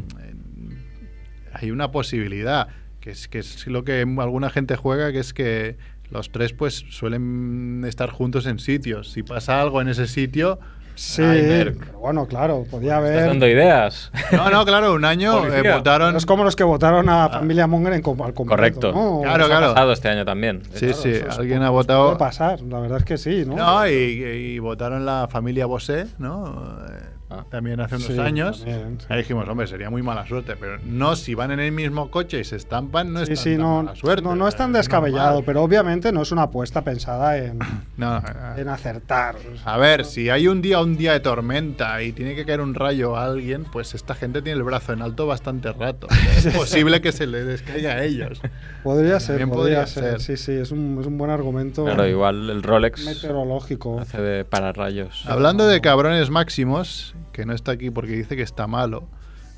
hay una posibilidad, que es, que es lo que alguna gente juega, que es que los tres pues suelen estar juntos en sitios. Si pasa algo en ese sitio... Sí, Ay, Merck. pero bueno, claro, podía Estás dando haber. ideas. No, no, claro, un año eh, Policía. votaron... No es como los que votaron a Familia Monger en, com- al completo, Correcto. ¿no? Ah. Claro, Ha claro. pasado este año también. Sí, Eso sí, es- alguien ha pues votado... Puede pasar, la verdad es que sí, ¿no? No, y, y votaron la familia Bosé, ¿no? Eh, Ah. También hace unos Sí, años. también, sí. Ahí dijimos, hombre, sería muy mala suerte, pero no, si van en el mismo coche y se estampan, no Sí, es sí, tan no, mala suerte. eh, no, no es tan descabellado, pero obviamente no es una apuesta pensada en, No, en eh, acertar. o sea, a ver, si hay un día, un día de tormenta y tiene que caer un rayo a alguien, pues esta gente tiene el brazo en alto bastante rato. Es posible que se le descaiga a ellos. Podría ser, También podría, podría ser. sí, ser. sí, es un, es un buen argumento Claro, igual el Rolex meteorológico. hace de pararrayos. Hablando de cabrones máximos, que no está aquí porque dice que está malo,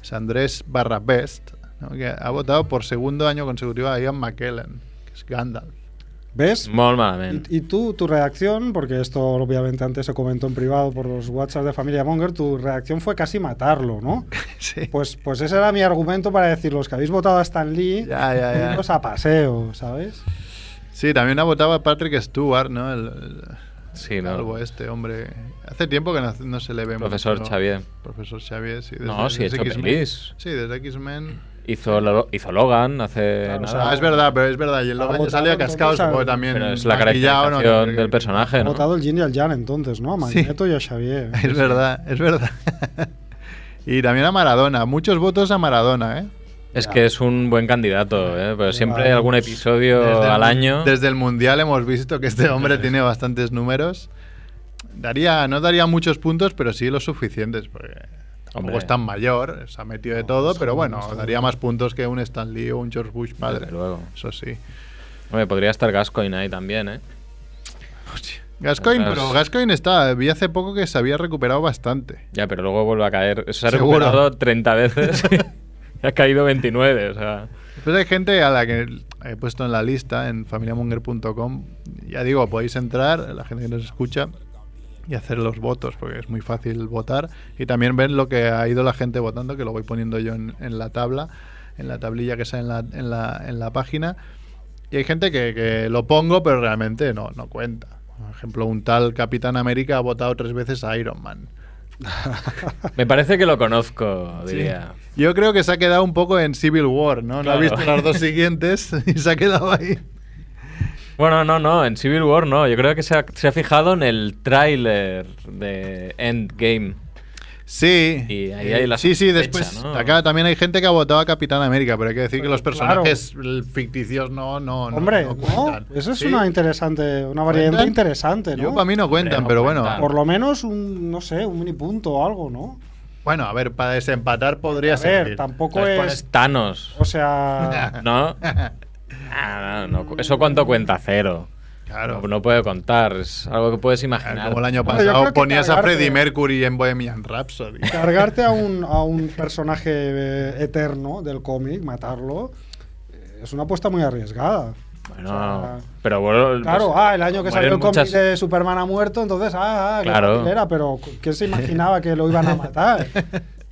es Andrés barra Best, ¿no? que ha votado por segundo año consecutivo a Ian McKellen, que es Gandalf. ¿Ves? Molt malament. Y, y tú, tu reacción, porque esto obviamente antes se comentó en privado por los WhatsApp de Familia Monger, tu reacción fue casi matarlo, ¿no? Sí. Pues, pues ese era mi argumento para decir, los que habéis votado a Stan Lee, Ya, ya, ya. iros a paseo, ¿sabes? Sí, también ha votado a Patrick Stewart, ¿no? El, el- Sí, ¿no? calvo este hombre. Hace tiempo que no, no se le ve mucho, Profesor ¿no? Xavier. Profesor Xavier, sí. No, sí, ha hecho X-Men. pelis. Sí, desde X-Men. Hizo, lo- hizo Logan hace Claro, o nada. sea, Ah, es verdad, pero es verdad. Y el Ha Logan ya votado, salía cascado, entonces, supongo al- también. pero es la maquillado, ¿no? caracterización del personaje, Ha ¿no? votado el Jin y el Jan entonces, ¿no? A Sí. Magneto y a Xavier. Es verdad, es verdad. y también a Maradona. Muchos votos a Maradona, ¿eh? Es que es un buen candidato, ¿eh? pero siempre hay algún episodio Desde el- al año. Desde el Mundial hemos visto que este hombre tiene bastantes números. Daría, no daría muchos puntos, pero sí los suficientes. Porque Hombre. tampoco es tan mayor, se ha metido de todo, pero bueno, daría más puntos que un Stan Lee o un George Bush padre. Desde luego. Eso sí. Hombre, podría estar Gascoigne ahí también, ¿eh? Gascoigne, Ostras. pero Gascoigne está. Vi hace poco que se había recuperado bastante. Ya, pero luego vuelve a caer. Se ha Seguro. recuperado 30 veces y ha caído 29, o sea... Pues hay gente a la que he puesto en la lista en familiamonger.com. Ya digo, podéis entrar, la gente que nos escucha, y hacer los votos, porque es muy fácil votar. Y también ver lo que ha ido la gente votando, que lo voy poniendo yo en, en la tabla, en la tablilla que sale en la, en la, en la página. Y hay gente que, que lo pongo, pero realmente no, no cuenta. Por ejemplo, un tal Capitán América ha votado tres veces a Iron Man. Me parece que lo conozco, Sí. diría. Yo creo que se ha quedado un poco en Civil War, ¿no? No ha Claro. visto las dos siguientes y se ha quedado ahí. Bueno, no, no, en Civil War no. Yo creo que se ha, se ha fijado en el tráiler de Endgame. Sí. Y ahí hay la sí, sí, sospecha, después. ¿no? Acá también hay gente que ha votado a Capitán América, pero hay que decir que Pero los claro. personajes l- ficticios no, no, no. Hombre, no no, cuentan. Eso es Sí. una interesante, una variedad ¿Cuentan? interesante, ¿no? Yo para mí no cuentan, no pero bueno. cuentan. Por lo menos un, no sé, un mini punto o algo, ¿no? Bueno, a ver, para desempatar podría A ser. ver, tampoco Entonces es. pones Thanos, O sea. ¿no? Ah, no, no, ¿Eso cuánto cuenta? Cero. Claro. No, no puede contar, es algo que puedes Claro, imaginar. Como el año Bueno, yo creo pasado que ponías a cargarte- Freddie Mercury en Bohemian Rhapsody. cargarte a un, a un personaje eh, eterno del cómic, matarlo, eh, es una apuesta muy arriesgada. Bueno, O sea, pero bueno... Claro, pues, ah, el año que salió el mueren cómic muchas- de Superman ha muerto, entonces, ah, ah qué Claro. fácil era, pero ¿quién se imaginaba que lo iban a matar?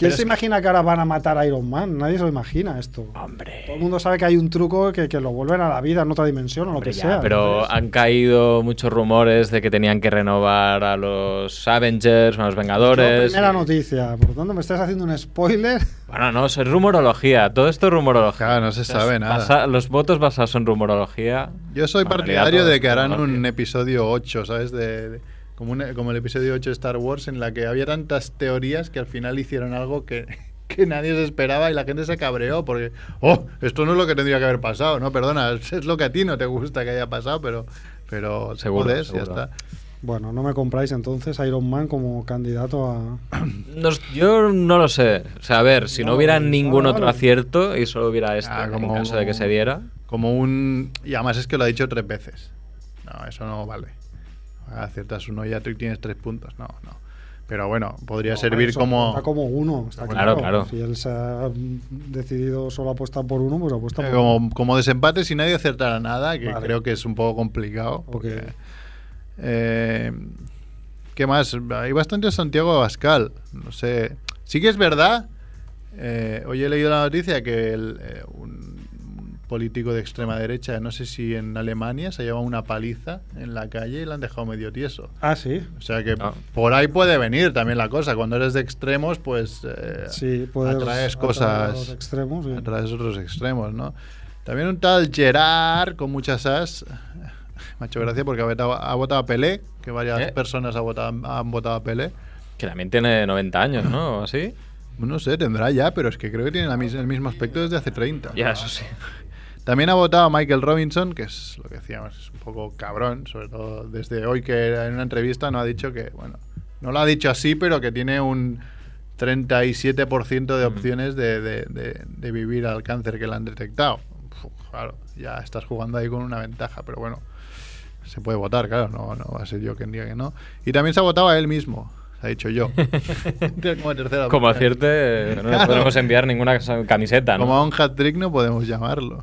¿Quién se imagina que ahora van a matar a Iron Man? Nadie se lo imagina esto. Todo Hombre, el mundo sabe que hay un truco que, que lo vuelven a la vida en otra dimensión o lo hombre, que ya, sea. pero entonces- han caído muchos rumores de que tenían que renovar a los Avengers, a los Vengadores... primera y- noticia, por lo tanto me estás haciendo un spoiler. Bueno, no, eso es rumorología. Todo esto es rumorología. Claro, no se Entonces, sabe nada. basa- los votos basados en rumorología. Yo soy En realidad, partidario todo de es que harán rumorología. un episodio 8, ¿sabes? De, de- como, un- e, como el episodio 8 de Star Wars, en la que había tantas teorías que al final hicieron algo que, que nadie se esperaba y la gente se cabreó porque, oh, esto no es lo que tendría que haber pasado, ¿no? Perdona, es lo que a ti no te gusta que haya pasado, pero, pero te Seguro, jodes, seguro. ya está. Bueno, no me compráis entonces a Iron Man como candidato a... Nos- yo no lo sé. O sea, a ver, si no, No, hubiera no, ningún no, otro no. acierto y solo hubiera este, Ah, en como- caso de que se diera. Como un... Y además es que lo ha dicho tres veces. No, eso no vale. Aciertas uno y ya tú tienes tres puntos. No, no. Pero bueno, podría No, servir eso como... cuenta como uno, está Claro, claro. claro. Si él se ha mm, decidido solo apostar por uno, pues apuesta Eh, por uno. Como, como desempate, si nadie acertara nada, que Vale. creo que es un poco complicado. Ok. porque, eh, ¿Qué más? Hay bastante Santiago Abascal. No sé. Sí que es verdad. eh, hoy he leído la noticia que el, eh, un un político de extrema derecha, no sé si en Alemania, se ha llevado una paliza en la calle y le han dejado medio tieso. Ah, sí. O sea que Ah. por ahí puede venir también la cosa. Cuando eres de extremos, pues eh, Sí, puedes atraer atraes cosas a los extremos, sí. a través de otros extremos, ¿no? También un tal Gerard con muchas as. Me ha hecho gracia porque ha votado, ha votado a Pelé, que varias ¿Eh? personas ha votado- han votado a Pelé. Que también tiene 90 años, ¿no? ¿O así? No sé, tendrá ya, pero es que creo que tiene la mis- el mismo aspecto desde hace 30. Ya, eso sí. También ha votado a Michael Robinson, que es lo que decíamos, es un poco cabrón, sobre todo desde hoy que en una entrevista no ha dicho que, bueno, no lo ha dicho así, pero que tiene un 37% de opciones de, de- de- de vivir al cáncer que le han detectado. Uf, claro, ya estás jugando ahí con una ventaja, pero bueno, se puede votar, claro, no, no va a ser yo quien diga que no. Y también se ha votado a él mismo, se ha dicho yo. como tercera Como opción. acierte, no le Claro. podemos enviar ninguna camiseta, ¿no? Como a un hat-trick no podemos llamarlo.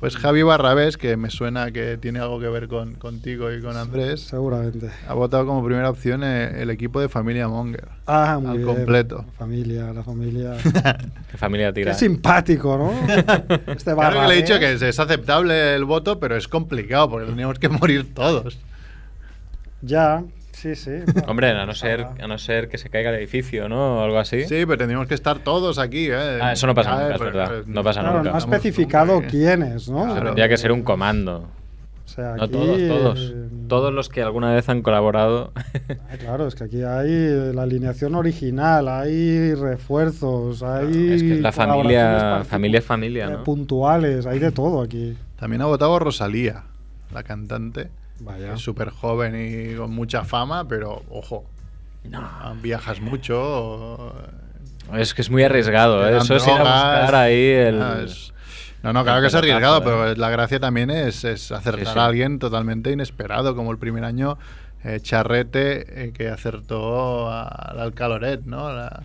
Pues Javi Barrabés, que me suena que tiene algo que ver con, contigo y con Andrés, Seguramente. ha votado como primera opción eh, el equipo de Familia Monger. Ah, muy Al bien. completo. La familia, la familia. Qué familia tira. Qué simpático, ¿no? Este Claro que le he dicho Barrabés. que es, es aceptable el voto, pero es complicado porque tenemos que morir todos. Ya, sí, sí. Hombre, a no, ser, a no ser que se caiga el edificio, ¿no? O algo así. ¿Sí? pero tendríamos que estar todos aquí. ¿eh? Ah, eso no pasa nunca, es pero- verdad. pero- No pasa Claro, nunca. no ha Estamos especificado nunca aquí. quiénes, ¿no? Claro. Tendría que ser un comando. O sea, No aquí, todos, todos. eh, Todos los que alguna vez han colaborado. ah, Claro, es que aquí hay la alineación original, hay refuerzos, hay. es que la familia, colaboraciones familia es familia, particu- eh, ¿no? Puntuales, hay de todo aquí. También ha votado Rosalía, la cantante. Vaya. Es súper joven y con mucha fama, pero ojo, Ah, viajas mucho. o- Es que es muy arriesgado, te ¿eh? dan Eso es ir a drogas. buscar ahí el... Ah, es- No, no, claro el que es pelotazo, arriesgado, ¿eh? pero la gracia también es, es acertar Sí, sí. a alguien totalmente inesperado, como el primer año eh, Charrete, eh, que acertó a- al Alcaloret, ¿no? La-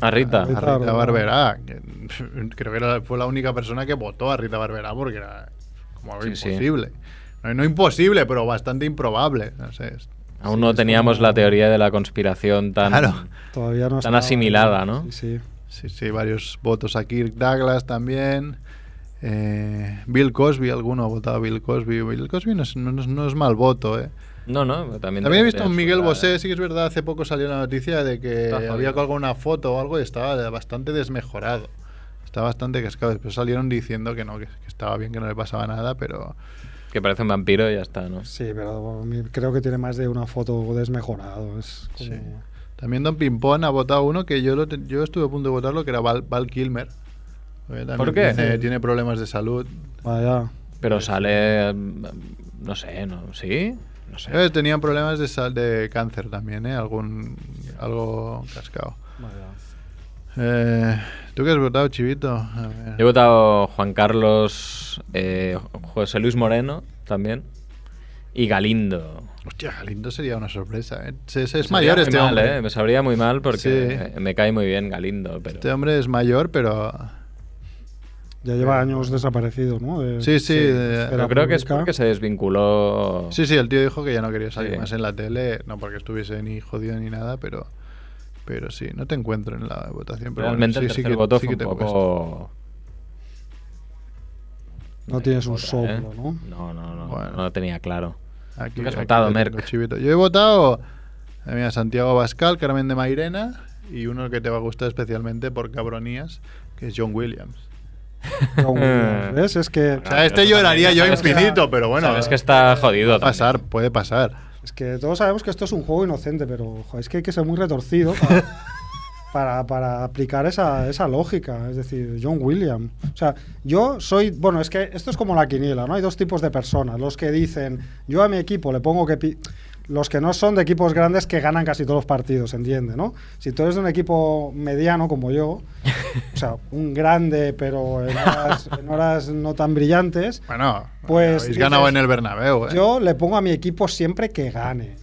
A Rita. Rita A Rita Barberá. Barberá. que Creo que era- fue la única persona que votó a Rita Barberá porque era como algo Sí, sí. imposible. No, no imposible, pero bastante improbable. No sé, es- Aún no teníamos la teoría de la conspiración tan... Claro. Todavía no Tan está- asimilada, ¿no? Sí, sí. Sí, sí, varios votos a Kirk Douglas también. Eh, Bill Cosby, alguno ha votado a Bill Cosby. Bill Cosby no es, no es- no es mal voto, ¿eh? No, no, pero También también... he tiene visto a un su Miguel cara. Bosé, sí que es verdad, hace poco salió la noticia de que Está jodido. había colgado una foto o algo y estaba bastante desmejorado. Está bastante cascado. Después salieron diciendo que no, que, que estaba bien, que no le pasaba nada, pero... Que parece un vampiro y ya está, ¿no? Sí, pero mi- creo que tiene más de una foto desmejorado. Es como- Sí. También Don Pimpón ha votado uno que yo, lo te- yo estuve a punto de votarlo, que era Val, Val Kilmer. Eh, también ¿Por qué? Tiene, tiene problemas de salud. Vaya. Pero sale... mm, No sé, ¿no? ¿Sí? No sé. Eh, Tenían problemas de, sal- de cáncer también, ¿eh? Algún, algo cascado. Vaya. Eh, ¿Tú qué has votado, Chivito? A ver. Yo he votado Juan Carlos, eh, José Luis Moreno también y Galindo. Hostia, Galindo sería una sorpresa, ¿eh? Se- se- Me es sabría mayor muy este mal, hombre. ¿eh? Me sabría muy mal porque Sí. eh, me cae muy bien Galindo, pero Este hombre es mayor, pero... Ya lleva años desaparecido, ¿no? De- Sí, sí. de- Pero pero creo que es pública. porque se desvinculó. Sí, sí, el tío dijo que ya no quería salir Sí. más en la tele, no porque estuviese ni jodido ni nada, pero... Pero sí, no te encuentro en la votación. Pero bueno, Realmente sí, el sí tercer que- voto sí fue que un te poco. No tienes un Otra, soplo, ¿eh? ¿no? No, no, no. Bueno. No lo tenía claro. Aquí, ¿Tú qué has aquí votado, te Merck? tengo, Chivito. Yo he votado eh, mira, Santiago Abascal, Carmen de Mairena y uno que te va a gustar especialmente por cabronías, que es John Williams. Pero, ¿Ves? Es que, O Ah, sea, este lloraría yo infinito, pero bueno, Sabes que está jodido. puede pasar, también. puede pasar. es que todos sabemos que esto es un juego inocente, pero jo, es que hay que ser muy retorcido para, para, para aplicar esa, esa lógica. Es decir, John William. O sea, yo soy. Bueno, es que esto es como la quiniela, ¿no? Hay dos tipos de personas. Los que dicen, yo a mi equipo le pongo que. pi-". Los que no son de equipos grandes que ganan casi todos los partidos, ¿entiende? ¿no? Si tú eres de un equipo mediano como yo, o sea, un grande pero en horas, en horas no tan brillantes, Bueno, Pues habéis dices, ganado en el Bernabéu, ¿eh? Yo le pongo a mi equipo siempre que gane.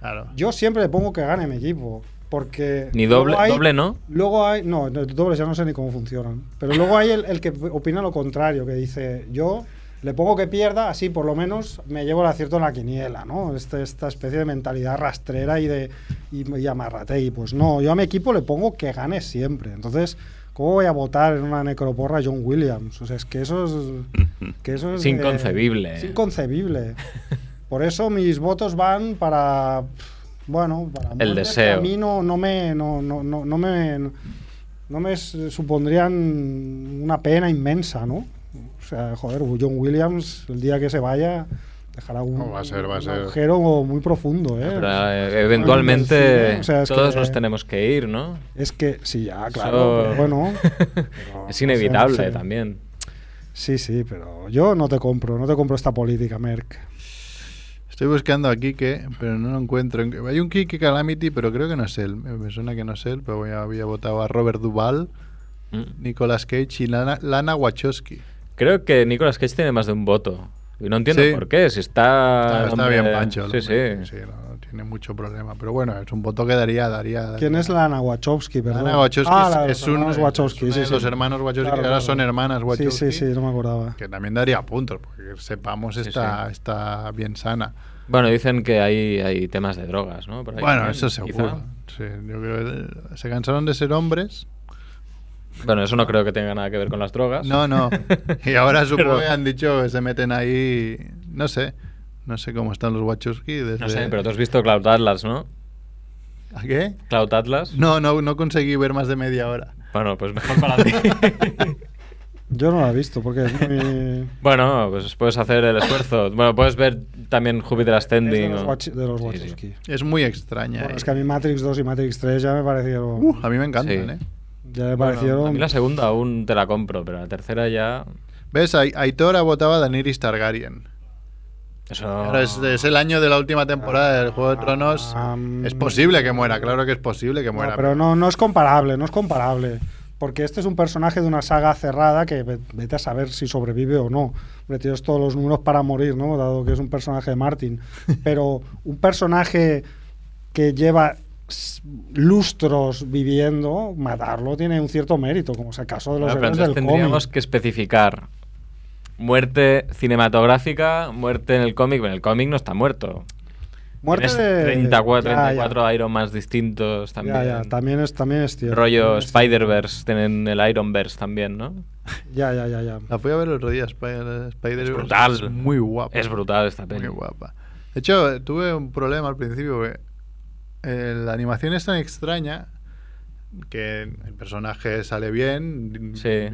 Claro. Yo siempre le pongo que gane mi equipo. Porque. Ni luego doble, hay- doble no. Luego hay. No, no, dobles ya no sé ni cómo funcionan. Pero luego hay el, el que opina lo contrario, que dice: Yo le pongo que pierda, así por lo menos me llevo el acierto en la quiniela, ¿no? Este- esta especie de mentalidad rastrera y de. Y, y amarrategui. Pues no, yo a mi equipo le pongo que gane siempre. Entonces. ¿Cómo voy a votar en una necroporra a John Williams? O sea, es que eso es. Que eso es Es de- inconcebible. es inconcebible. Por eso mis votos van para. Bueno, para. muertes deseo. que A mí no, no me. No, no, no, no me. No me s- supondrían una pena inmensa, ¿no? O sea, joder, John Williams, el día que se vaya, dejará un, No, va a ser, va a un ser. agujero muy profundo, ¿eh? Pero, eh, eventualmente O sea, es todos que- nos tenemos que ir, ¿no? Es que, sí, ya, Ah, claro, Eso- pero bueno. es inevitable Sí, sí. también. Sí, sí, pero yo no te compro, no te compro esta política, Merck. Estoy buscando a Kike, pero no lo encuentro. Hay un Kike Calamity, pero creo que no es él. Me me suena que no es él, pero voy a- había votado a Robert Duval, Mm. Nicolas Cage y Lana, Lana Wachowski. Creo que Nicolas Cage tiene más de un voto. Y no entiendo Sí. por qué, si está... Está, está Ah, hombre, bien Pancho. el Sí, hombre, sí, sí. no, no tiene mucho problema. Pero bueno, es un voto que daría, daría. daría. ¿Quién es la Ana Wachowski, perdón? Ana Wachowski Ah, es- la de es, los un, hermanos Wachowski, es una sí, de sí. los hermanos Wachowski, Claro, que ahora claro. son hermanas Wachowski. Sí, sí, sí, no me acordaba. Que también daría puntos, porque sepamos Sí, está, está bien sana. Bueno, dicen que hay, hay temas de drogas, ¿no? Por ahí bueno, también, eso quizá. seguro. Sí, yo creo que se cansaron de ser hombres. Bueno, eso no creo que tenga nada que ver con las drogas. No, no. Y ahora supongo Pero- que han dicho que se meten ahí. No sé. No sé cómo están los Wachowski. Desde... No sé, pero tú has visto Cloud Atlas, ¿no? ¿A qué? Cloud Atlas. No, no, no conseguí ver más de media hora. Bueno, pues mejor para ti. Yo no la he visto porque es muy- bueno, pues puedes hacer el esfuerzo. Bueno, puedes ver también Júpiter es de Ascending. los, o- Wach- de los Sí, sí. Wachowski. Es muy extraña. Bueno, eh. es que a mí Matrix 2 y Matrix 3 ya me parecieron. Uh, a mí me encantan, Sí. ¿eh? ya me A parecieron. mí la segunda aún te la compro, pero la tercera ya... ¿Ves? Ai- Aitora votaba a Daenerys Targaryen. Eso... Ahora es, es el año de la última temporada del Juego de Tronos. Am. es posible que muera, claro que es posible que No, muera. pero no, no es comparable, no es comparable. Porque este es un personaje de una saga cerrada que ve- vete a saber si sobrevive o no. Hombre, tienes todos los números para morir, ¿no? Dado que es un personaje de Martin. Pero un personaje que lleva s- lustros viviendo, matarlo tiene un cierto mérito, como es el caso de los Claro, pero héroes entonces del tendríamos cómic. que especificar muerte cinematográfica, muerte en el cómic. Bueno, el cómic no está muerto. Tienes 34, Ya, ya. 34 Iron Mans distintos también. Ya, ya, también es, también es cierto. Rollo También es cierto. Spider-Verse, tienen el Ironverse también, ¿no? Ya, ya, ya, ya. La fui a ver el otro día, Spider- Spider-Verse. Es brutal. Es muy guapa. Es brutal esta peli. Muy guapa. De hecho, eh, tuve un problema al principio. porque, eh, la animación es tan extraña que el personaje sale bien Sí.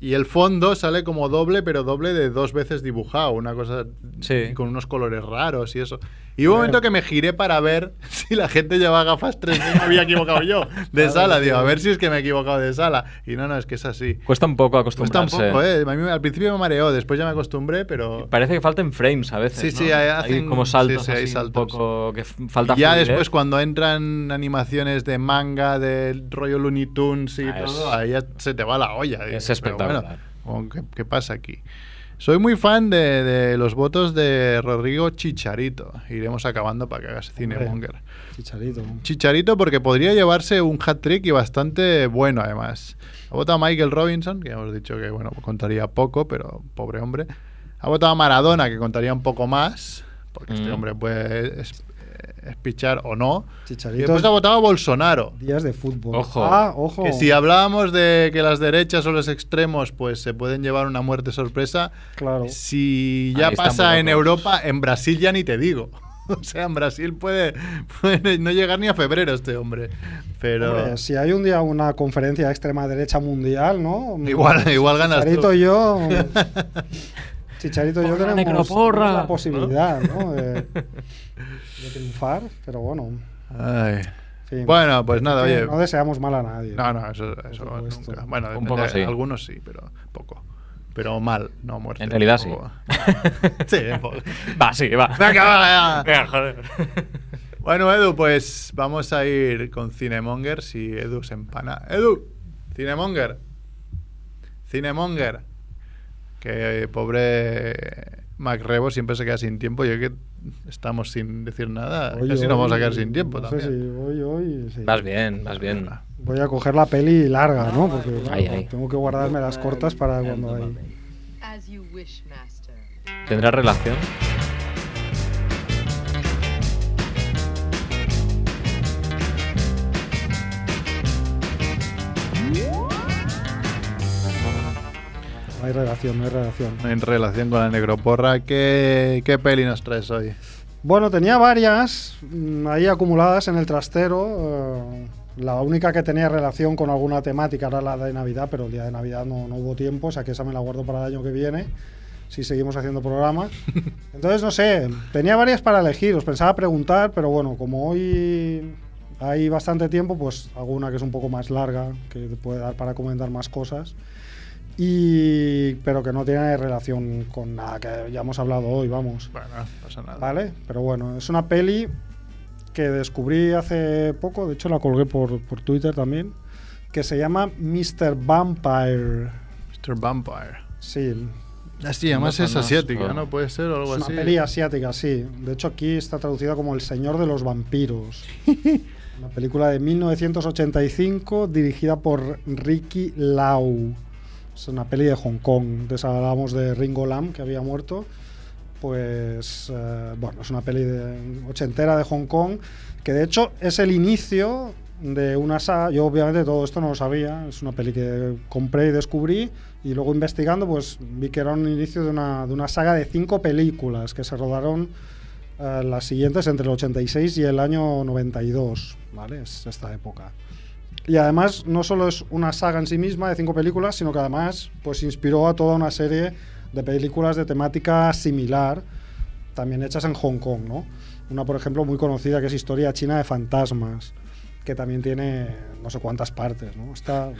y el fondo sale como doble, pero doble de dos veces dibujado, una cosa Sí. con unos colores raros y eso. Y hubo un momento que me giré para ver si la gente llevaba gafas 3D y me había equivocado yo de sala. Digo, a ver si es que me he equivocado de sala. Y no, no, es que es así. Cuesta un poco Pues acostumbrarse. tampoco, ¿eh? A mí al principio me mareó, después ya me acostumbré, pero... Parece que falten frames a veces. Sí, sí, ¿no? hay- Hay hacen- como sí, saltos, sí, hay así un saltos. poco que f- falta Y ya fluidez. después cuando entran animaciones de manga, del rollo Looney Tunes y Ah, es- todo, ahí ya se te va la olla. Es Dices, pero espectacular. bueno, ¿qué, qué pasa aquí? Soy muy fan de, de los votos de Rodrigo Chicharito. Iremos acabando para que hagas cinemonger. Chicharito. Chicharito porque podría llevarse un hat-trick y bastante bueno además. Ha votado a Michael Robinson, que hemos dicho que bueno, contaría poco, pero pobre hombre. Ha votado a Maradona, que contaría un poco más, porque este Mm. hombre puede es- eh, espichar o no. Y Chicharito. después ha votado a Bolsonaro. Días de fútbol. Ojo. Ah, ojo. Que si hablábamos de que las derechas o los extremos pues se pueden llevar una muerte sorpresa, Claro. si ya Ahí están pasa muy en locos. Europa, en Brasil ya ni te digo. O sea, en Brasil puede, puede no llegar ni a febrero este hombre. Pero Hombre, si hay un día una conferencia de extrema derecha mundial, ¿no? igual, igual ganas Chicharito tú. y yo. Chicharito y yo Porra, tenemos necroporra, tenemos la ¿no? posibilidad, ¿no? De, de triunfar, pero bueno. en Ay. fin. Bueno, pues nada, Que oye. No deseamos mal a nadie. No, no, eso, eso Por supuesto. nunca. Bueno, Un depende, poco sí. algunos sí, pero poco. Pero mal, no muerte. En realidad sí. tampoco. sí, un poco. va, sí, va. Venga, va, ya. Venga, joder. Bueno, Edu, pues vamos a ir con Cinemonger si Edu se empana. Edu, Cinemonger. Cinemonger. Que eh, pobre Macrebo siempre se queda sin tiempo. Yo que estamos sin decir nada, Hoy, casi nos hoy, vamos a quedar sin tiempo no sé también. si hoy, hoy, sí. Vas bien, vas bien. Voy a coger la peli larga, ¿no? Porque claro, Ay, ay. tengo que guardarme las cortas para cuando hay. As you wish, master. ¿Tendrá relación? No hay relación, no hay relación. En relación con la necroporra, ¿qué, qué peli nos traes hoy? Bueno, tenía varias mm, ahí acumuladas en el trastero. eh, la única que tenía relación con alguna temática era la de Navidad, pero el día de Navidad no, no hubo tiempo, o sea que esa me la guardo para el año que viene, si seguimos haciendo programa. Entonces, no sé, tenía varias para elegir, os pensaba preguntar, pero bueno, como hoy hay bastante tiempo, pues hago una que es un poco más larga, que te puede dar para comentar más cosas. Y, pero que no tiene relación con nada que ya hemos hablado hoy, vamos. Bueno, no pasa nada. ¿Vale? Pero bueno, es una peli que descubrí hace poco, de hecho la colgué por, por Twitter también, que se llama Mr. Vampire. Mr. Vampire. Sí. Ah, sí, además No es conozco. asiática, ¿no? Puede ser o algo Es una así. peli asiática, sí. De hecho, aquí está traducida como El Señor de los Vampiros. Una película de 1985 dirigida por Ricky Lau. Es una peli de Hong Kong. Antes hablábamos de Ringo Lam, que había muerto. Pues, eh, bueno, es una peli de, ochentera de Hong Kong, que de hecho es el inicio de una saga. Yo, obviamente, todo esto no lo sabía. Es una peli que compré y descubrí. Y luego investigando, pues vi que era un inicio de una, de una saga de cinco películas que se rodaron eh, las siguientes entre el 86 y el año 92, ¿vale? Es esta época. Y además no solo es una saga en sí misma de cinco películas, sino que además pues inspiró a toda una serie de películas de temática similar, también hechas en Hong Kong, ¿no? Una, por ejemplo, muy conocida que es Historia China de Fantasmas, que también tiene no sé cuántas partes, ¿no? Está,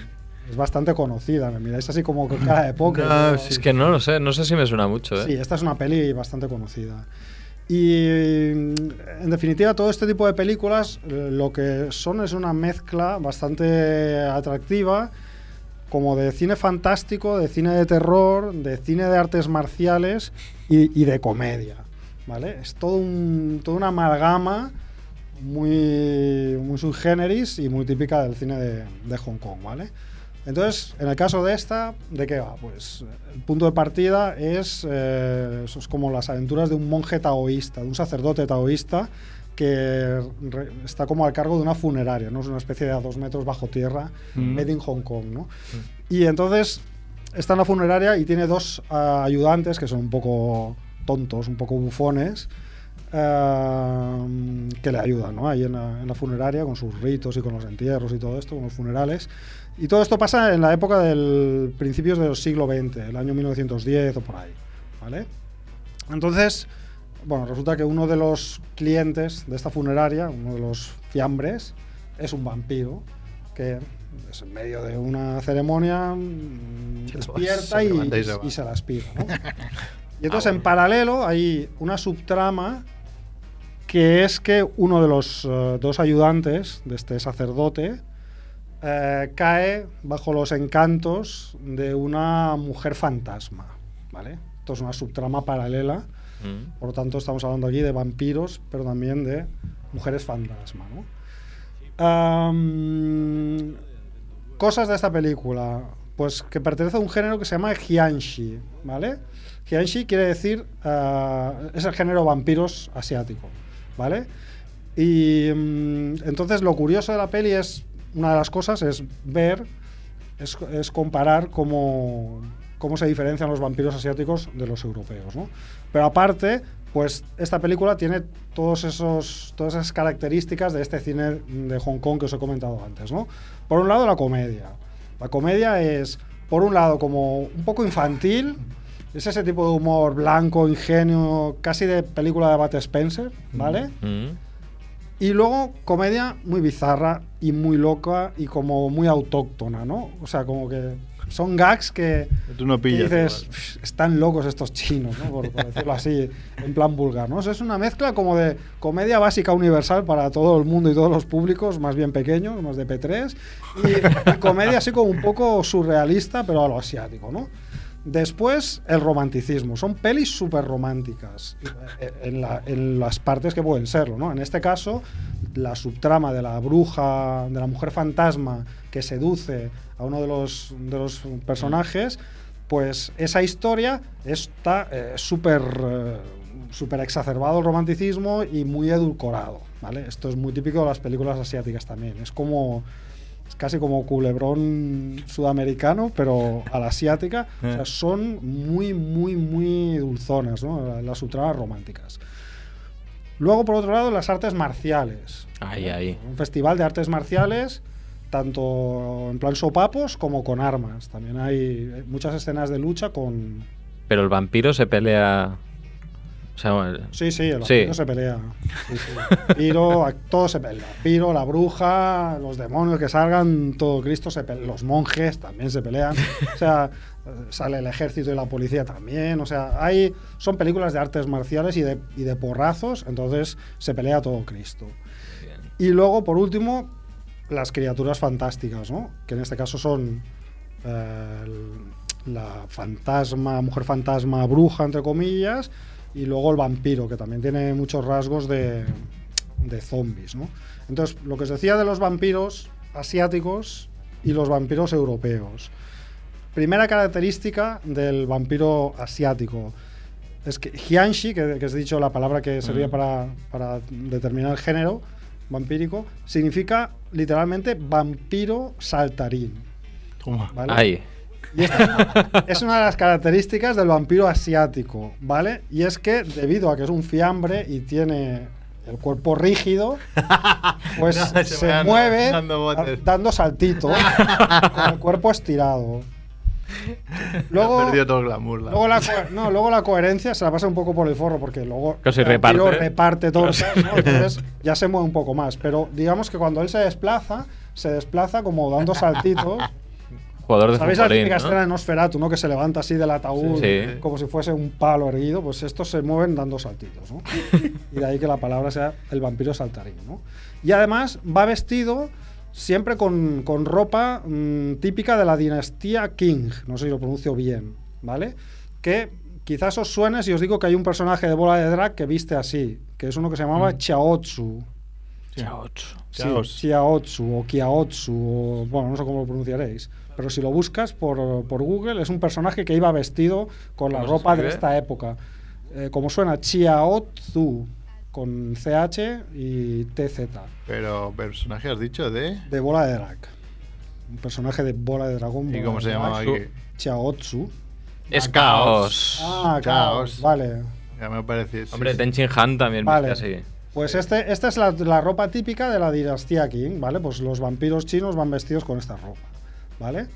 es bastante conocida, me miráis así como con cara de póker. No, ¿no? sí. Es que no lo sé, no sé si me suena mucho, ¿eh? Sí, esta es una peli bastante conocida. Y mm, en definitiva, todo este tipo de películas eh, lo que son es una mezcla bastante atractiva, como de cine fantástico, de cine de terror, de cine de artes marciales y, y de comedia. ¿Vale? Es todo un, toda una amalgama muy, muy sui generis y muy típica del cine de, de Hong Kong, ¿vale? Entonces, en el caso de esta, ¿de qué va? Pues el punto de partida es, eh, eso es como las aventuras de un monje taoísta, de un sacerdote taoísta que re- está como al cargo de una funeraria, ¿no? Es una especie de a dos metros bajo tierra, made in Hong Kong, ¿no? Y entonces está en la funeraria y tiene dos ah, ayudantes que son un poco tontos, un poco bufones, eh, que le ayudan ¿no? ahí en la, en la funeraria con sus ritos y con los entierros y todo esto, con los funerales. Y todo esto pasa en la época del principios del siglo XX, el año 1910 o por ahí. ¿vale? Entonces, bueno, resulta que uno de los clientes de esta funeraria, uno de los fiambres, es un vampiro que es en medio de una ceremonia mm, Se lo- despierta se y, levanta y se va. Ah, y se la aspira. ¿no? Y entonces, en paralelo, hay una subtrama que es que uno de los eh, dos ayudantes de este sacerdote eh, cae bajo los encantos de una mujer fantasma, ¿vale? Esto es una subtrama paralela, Mm. por lo tanto estamos hablando aquí de vampiros, pero también de mujeres fantasma, ¿no? Am, cosas de esta película, pues que pertenece a un género que se llama Hianshi, ¿vale? Hianshi quiere decir, ah, es el género vampiros asiático, ¿vale? Y mm, entonces lo curioso de la peli es, una de las cosas es ver, es, es comparar cómo, cómo se diferencian los vampiros asiáticos de los europeos, ¿no? Pero aparte, pues esta película tiene todos esos, todas esas características de este cine de Hong Kong que os he comentado antes, ¿no? Por un lado, la comedia. La comedia es, por un lado, como un poco infantil, es ese tipo de humor blanco, ingenio, casi de película de Bat Spencer, ¿vale? Mm. Y luego comedia muy bizarra y muy loca y como muy autóctona, ¿no? O sea, como que son gags que, Tú no que pillas. dices, igual. "Pff, están locos estos chinos, ¿no? Por, por decirlo así, en plan vulgar, ¿no? O sea, es una mezcla como de comedia básica universal para todo el mundo y todos los públicos, más bien pequeños, más de P3, y, y comedia así como un poco surrealista, pero a lo asiático, ¿no? Después, el romanticismo. Son pelis súper románticas eh, en, la- en las partes que pueden serlo, ¿no? En este caso, la subtrama de la bruja, de la mujer fantasma que seduce a uno de los, de los personajes, pues esa historia está eh, súper eh, súper exacerbado el romanticismo y muy edulcorado, ¿vale? Esto es muy típico de las películas asiáticas también. Es como es casi como culebrón sudamericano, pero a la asiática. O Eh. sea, son muy, muy, muy dulzonas, ¿no? Las subtramas románticas. Luego, por otro lado, las artes marciales. Ahí, ahí. Un festival de artes marciales, tanto en plan sopapos como con armas. También hay muchas escenas de lucha con... Pero el vampiro se pelea. O sea, bueno, Sí, sí, el Sí. vampiro se pelea. Sí, sí. Piro, a- todo se pelea. Piro, la bruja, los demonios que salgan, todo Cristo se pelea. Los monjes también se pelean. O sea, eh, sale el ejército y la policía también. O sea, hay, son películas de artes marciales y de, y de porrazos, entonces se pelea todo Cristo. Y luego, por último, las criaturas fantásticas, ¿no? Que en este caso son eh, el- la fantasma, mujer fantasma, bruja, entre comillas, y luego el vampiro, que también tiene muchos rasgos de, de zombies, ¿no? Entonces, lo que os decía de los vampiros asiáticos y los vampiros europeos. Primera característica del vampiro asiático. Es que Hianshi, que, que has dicho la palabra que sería para, para determinar el género vampírico, significa literalmente vampiro saltarín. Toma. ¿vale? Ahí. Y esta es una, es una de las características del vampiro asiático, ¿vale? Y es que debido a que es un fiambre y tiene el cuerpo rígido, pues No, se se, van mueve dando botes. a- dando saltitos con el cuerpo estirado. Ha Luego, perdido todo el glamour. la- luego, la, co- no, luego la coherencia se la pasa un poco por el forro porque luego Claro, si el vampiro reparte. reparte tortas, ¿no? entonces ya se mueve un poco más. Pero digamos que cuando él se desplaza, se desplaza como dando saltitos. Jugador de ¿Sabéis la futbolín, típica ¿no? escena de Nosferatu, ¿no? Que se levanta así del ataúd, Sí, sí. como si fuese un palo erguido. Pues estos se mueven dando saltitos, ¿no? y de ahí que la palabra sea el vampiro saltarín, ¿no? Y además va vestido siempre con, con ropa mm, típica de la dinastía King. No sé si lo pronuncio bien, ¿vale? Que quizás os suene si os digo que hay un personaje de bola de drag que viste así, que es uno que se Mm. llamaba Chaotsu. Sí, Chaos. Chiaotsu o Kiaotsu, o, bueno, no sé cómo lo pronunciaréis. Pero si lo buscas por, por Google, es un personaje que iba vestido con la ¿Cómo se ropa de escribe? esta época. Eh, como suena, Chiaotsu, con CH y TZ, Pero personaje has dicho de... de bola de drag. Un personaje de bola de dragón. ¿Y bola cómo de se drag. llamaba Su- aquí? Chiaotsu. Es Ah, caos. Ah, Chaos. claro. Vale. Ya me parece... sí, Hombre, sí. Tenchin Han también Vale. viste así. Pues este, esta es la, la ropa típica de la dinastía Qing, ¿vale? Pues los vampiros chinos van vestidos con esta ropa, ¿vale?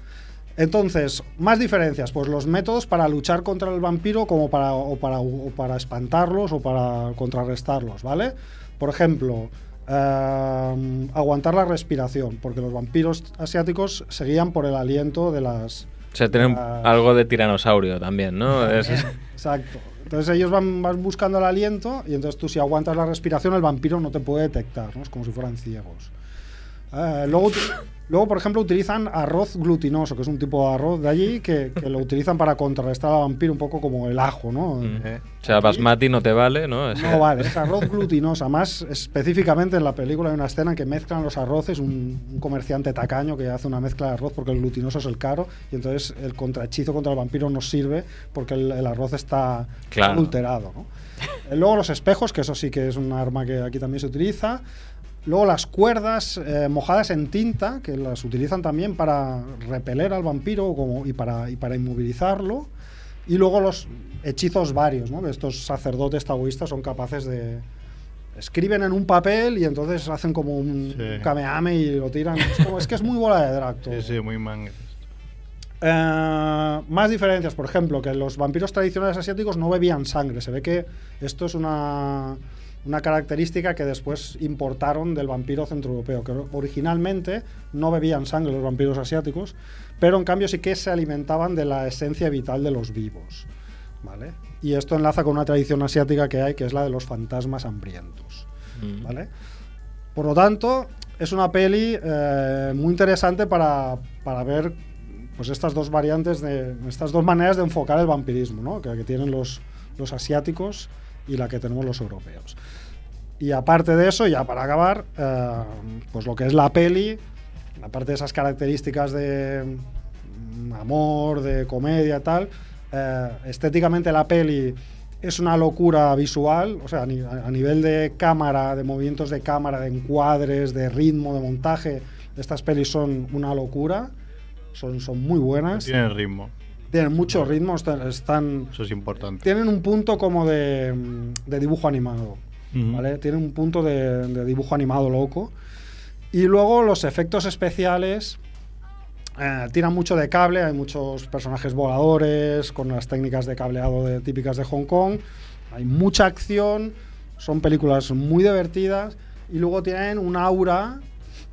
Entonces, más diferencias, pues los métodos para luchar contra el vampiro como para, o para, o para espantarlos o para contrarrestarlos, ¿vale? Por ejemplo, ehm, aguantar la respiración, porque los vampiros asiáticos se guían por el aliento de las, O sea, tiene un- Ah. algo de tiranosaurio también, ¿no? Es- es- Exacto. Entonces ellos van, van buscando el aliento y entonces tú si aguantas la respiración el vampiro no te puede detectar, ¿no? Es como si fueran ciegos. Eh, luego, uti- luego, por ejemplo, utilizan arroz glutinoso, que es un tipo de arroz de allí que, que lo utilizan para contrarrestar al vampiro un poco como el ajo, ¿no? Mm. Eh, o sea, basmati no te vale, ¿no? Es- No vale, es arroz glutinosa. Más específicamente en la película hay una escena en que mezclan los arroces, un, un comerciante tacaño que hace una mezcla de arroz porque el glutinoso es el caro y entonces el contrahechizo contra el vampiro no sirve porque el, el arroz está Claro. adulterado. ¿no? Eh, Luego los espejos, que eso sí que es un arma que aquí también se utiliza. Luego las cuerdas eh, mojadas en tinta, que las utilizan también para repeler al vampiro o como- y, para, y para inmovilizarlo. Y luego los hechizos varios, ¿no? que estos sacerdotes taoístas son capaces de... Escriben en un papel y entonces hacen como un Sí. kameame y lo tiran. Es, como- es que es muy bola de drag todo. Sí, sí, muy manga. Eh, más diferencias, por ejemplo, que los vampiros tradicionales asiáticos no bebían sangre. Se ve que esto es una, una característica que después importaron del vampiro centroeuropeo, que originalmente no bebían sangre los vampiros asiáticos, pero en cambio sí que se alimentaban de la esencia vital de los vivos. ¿vale? Y esto enlaza con una tradición asiática que hay, que es la de los fantasmas hambrientos. Mm. ¿vale? Por lo tanto, es una peli eh, muy interesante para, para ver pues estas dos variantes, de, estas dos maneras de enfocar el vampirismo, ¿no? que, que tienen los, los asiáticos y la que tenemos los europeos. Y aparte de eso, ya para acabar, eh, pues lo que es la peli, aparte de esas características de mm, amor, de comedia, tal, eh, estéticamente la peli es una locura visual, o sea, a ni- a nivel de cámara, de movimientos de cámara, de encuadres, de ritmo, de montaje, estas pelis son una locura, son, son muy buenas, Tienen ritmo. tienen mucho ritmo, están- están Eso es importante. tienen un punto como de, mm, de dibujo animado, Ujú. ¿vale? Tienen un punto de, de dibujo animado loco. Y luego los efectos especiales eh, tiran mucho de cable, hay muchos personajes voladores con las técnicas de cableado de- típicas de Hong Kong, hay mucha acción, son películas muy divertidas y luego tienen un aura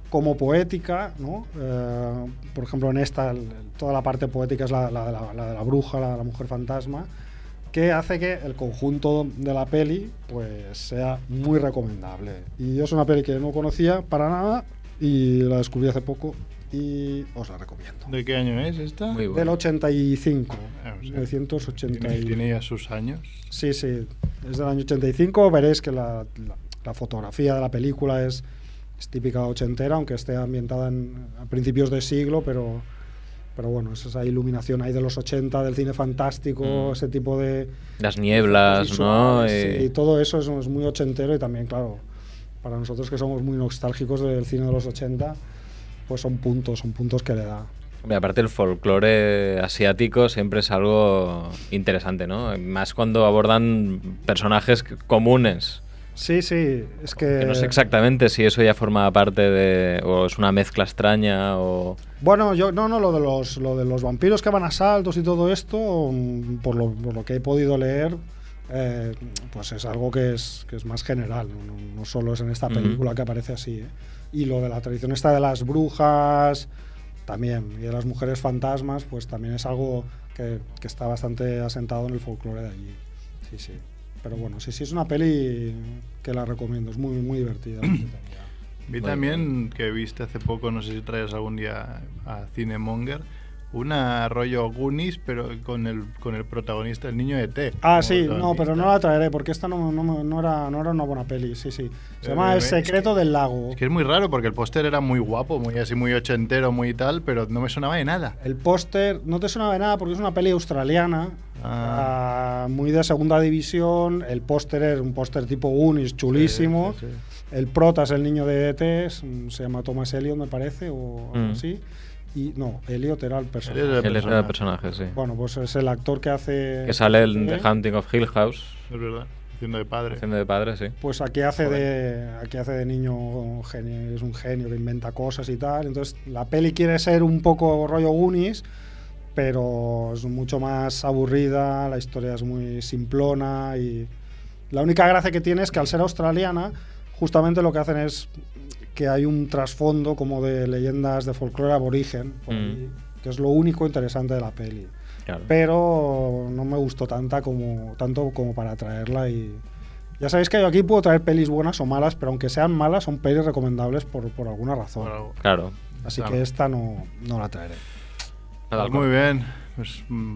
como poética, ¿no? Eh, por ejemplo, en esta el- el- toda la parte poética es la, la de la- la de la bruja, la de la mujer fantasma, que hace que el conjunto de la peli pues sea muy recomendable. Y es una peli que no conocía para nada y la descubrí hace poco y os la recomiendo. ¿De qué año es esta? Muy bueno. Del 85, Ah, o sea, Tiene, 980. tiene ya sus años. Sí, sí, es del año 85. Veréis que la, la- la fotografía de la película es, es típica ochentera, aunque esté ambientada en, a principios de siglo, pero, pero bueno, es esa iluminación ahí de los 80, del cine fantástico, Mm. ese tipo de, Las nieblas, ¿no? visuales, Eh, Y todo eso es, es muy ochentero y también, claro, para nosotros que somos muy nostálgicos del cine de los 80, pues son puntos, son puntos que le da. Hombre, aparte el folclore asiático siempre es algo interesante, ¿no? Más cuando abordan personajes c- comunes. Sí, sí, es que... Que no sé exactamente si eso ya formaba parte de... o es una mezcla extraña o... Bueno, yo, no, no, lo de, los, lo de los vampiros que van a saltos y todo esto, mm, por lo, por lo que he podido leer, eh, pues es algo que es, que es más general, no, no- no solo es en esta Ujú. película que aparece así. ¿eh? Y lo de la tradición esta de las brujas, también, y de las mujeres fantasmas, pues también es algo que, que está bastante asentado en el folclore de allí. Sí, sí. Pero bueno, sí, sí, es una peli que la recomiendo, es muy, muy divertida. muy entretenida. Vi Muy también que viste hace poco, no sé si traes algún día a Cinemonger, una rollo Goonies, pero con el, con el protagonista, el niño de T. Ah, sí, no, pero no la traeré porque esta no, no, me- no era, no era una buena peli, sí, sí. Se llama El Eh, es secreto del lago. Es que es muy raro porque el póster era muy guapo, muy así, muy ochentero, muy tal, pero no me sonaba de nada. El póster no te sonaba de nada porque es una peli australiana, Ah. ah, muy de segunda división. El póster es un póster tipo Unis, chulísimo. Sí, sí, sí. El prota es el niño de ET, es, mm, se llama Thomas Elliot, me parece, o algo Mm. así. Y no, Elliot era el personaje. Elliot Él era el personaje. personaje, sí. Bueno, pues es el actor que hace. Que sale en ¿eh? The Hunting of Hill House, Es verdad, haciendo de padre. haciendo de padre, sí. Pues aquí hace de aquí hace de niño genio, es un genio que inventa cosas y tal. Entonces la peli quiere ser un poco rollo Goonies, pero es mucho más aburrida, la historia es muy simplona y la única gracia que tiene es que al ser australiana, justamente lo que hacen es que hay un trasfondo como de leyendas de folclore aborigen, por Mm. ahí, que es lo único interesante de la peli Claro. pero no me gustó tanta como, tanto como para traerla y ya sabéis que yo aquí puedo traer pelis buenas o malas, pero aunque sean malas son pelis recomendables por, por alguna razón. Por algo. Claro. Así Claro. que esta no, no la traeré. Nada, Pues muy bien, pues mm,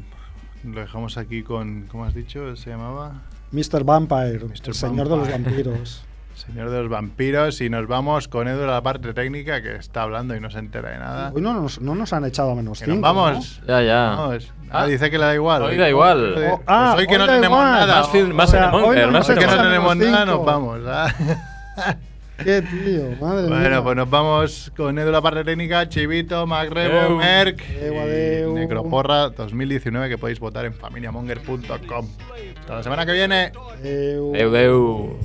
lo dejamos aquí con, ¿cómo has dicho? ¿Se llamaba? Mr. Vampire, Mr. el señor de los Vampire. vampiros. Señor de los vampiros, y nos vamos con Edu a la parte técnica que está hablando y no se entera de nada. Hoy no nos, no nos han echado a menos Que 5. nos vamos. Ya, ya. Vamos. Ah, Ah. dice que le da igual. Hoy da igual. Joder, Oh, pues ah, hoy que hoy no da tenemos igual. nada. Más film- más hoy cinemonger, más que no cinemonger. tenemos nada, nos vamos. vamos. ah. Qué tío, madre mía. bueno, pues nos vamos con Edu la parte técnica, Chivito, Magrebo, Adeu. Merck Adeu, y adeu. Necroporra 2019 que podéis votar en familiamonger.com. Hasta la semana que viene. Adeu. Deu, deu.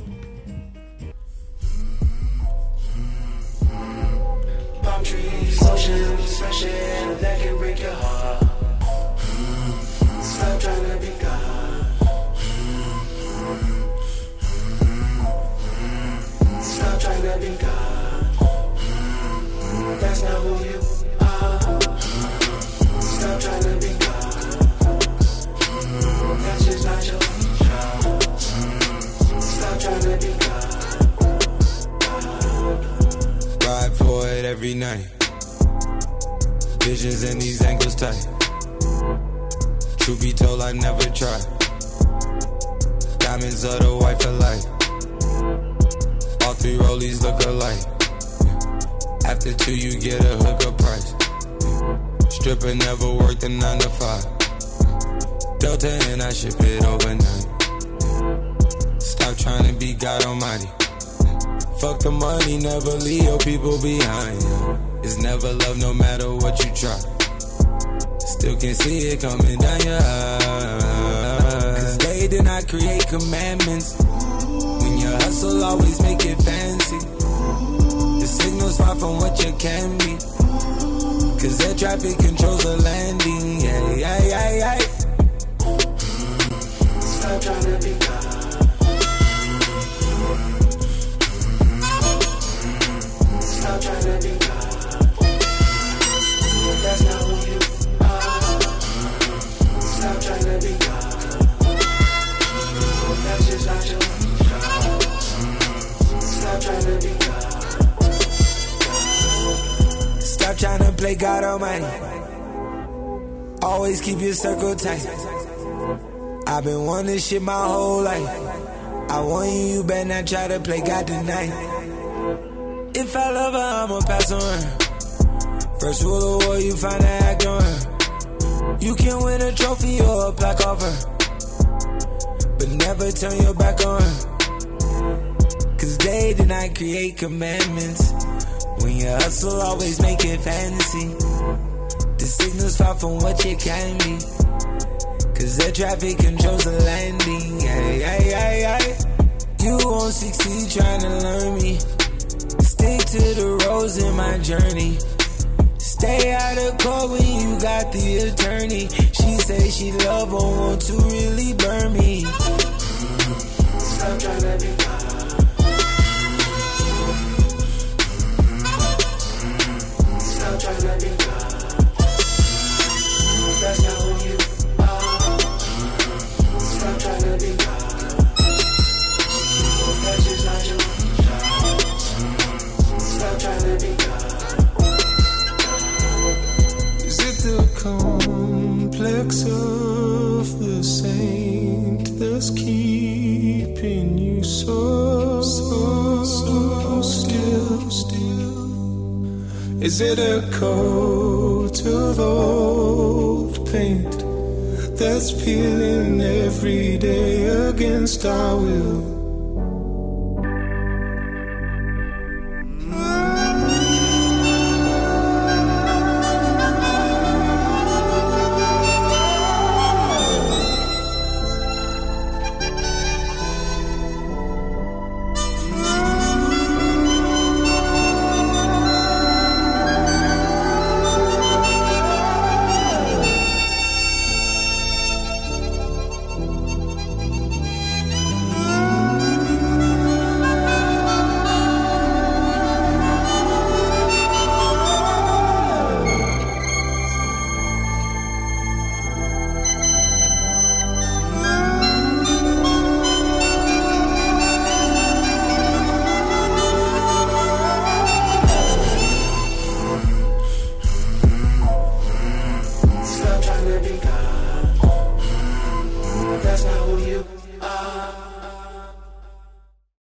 palm trees, ocean, smash it, and that can break your heart. Stop trying to be God. Stop trying to be God. That's not who you are. Stop trying to be God. That's just not your job. Stop trying to be God. Ride for it every night. Visions in these angles tight. Truth be told, I never try. Diamonds of the white for life. All three rollies look alike. After two, you get a hookup price. Stripper never worked a nine to five. Delta and I ship it overnight. Stop trying to be God Almighty. Fuck the money, never leave your people behind. yeah. It's never love, no matter what you try. Still can see it coming down your eyes. Cause they did not create commandments. When your hustle always make it fancy. The signal's far from what you can be. Cause their traffic controls the landing. Yeah, yeah, yeah, yeah. Stop trying to be God. Stop trying to be God. That's not who you are. Stop trying to be God. That's just not your job. Stop trying to be God. Stop Stop trying to play God Almighty. Always keep your circle tight. I've been wanting this shit my whole life. I want you, you better not try to play God tonight. If I love her, I'ma pass on her. First rule of war, you find an act on her. You can win a trophy or a plaque off her. But never turn your back on her. Cause they did not create commandments. When you hustle, always make it fantasy. The signals far from what you can be. Cause the traffic controls the landing. Ay, ay, ay, ay. You won't succeed trying to learn me. Stick to the roads in my journey. Stay out of court when you got the attorney. She say she love, but want to really burn me. Stop trying to be God. Stop trying to be God. That's not who you are. Stop trying to be God. That's just not your job. Stop trying to be God. Is it the complex of the saint that's keeping you so, so, so still, still? Is it a coat of old paint that's peeling every day against our will?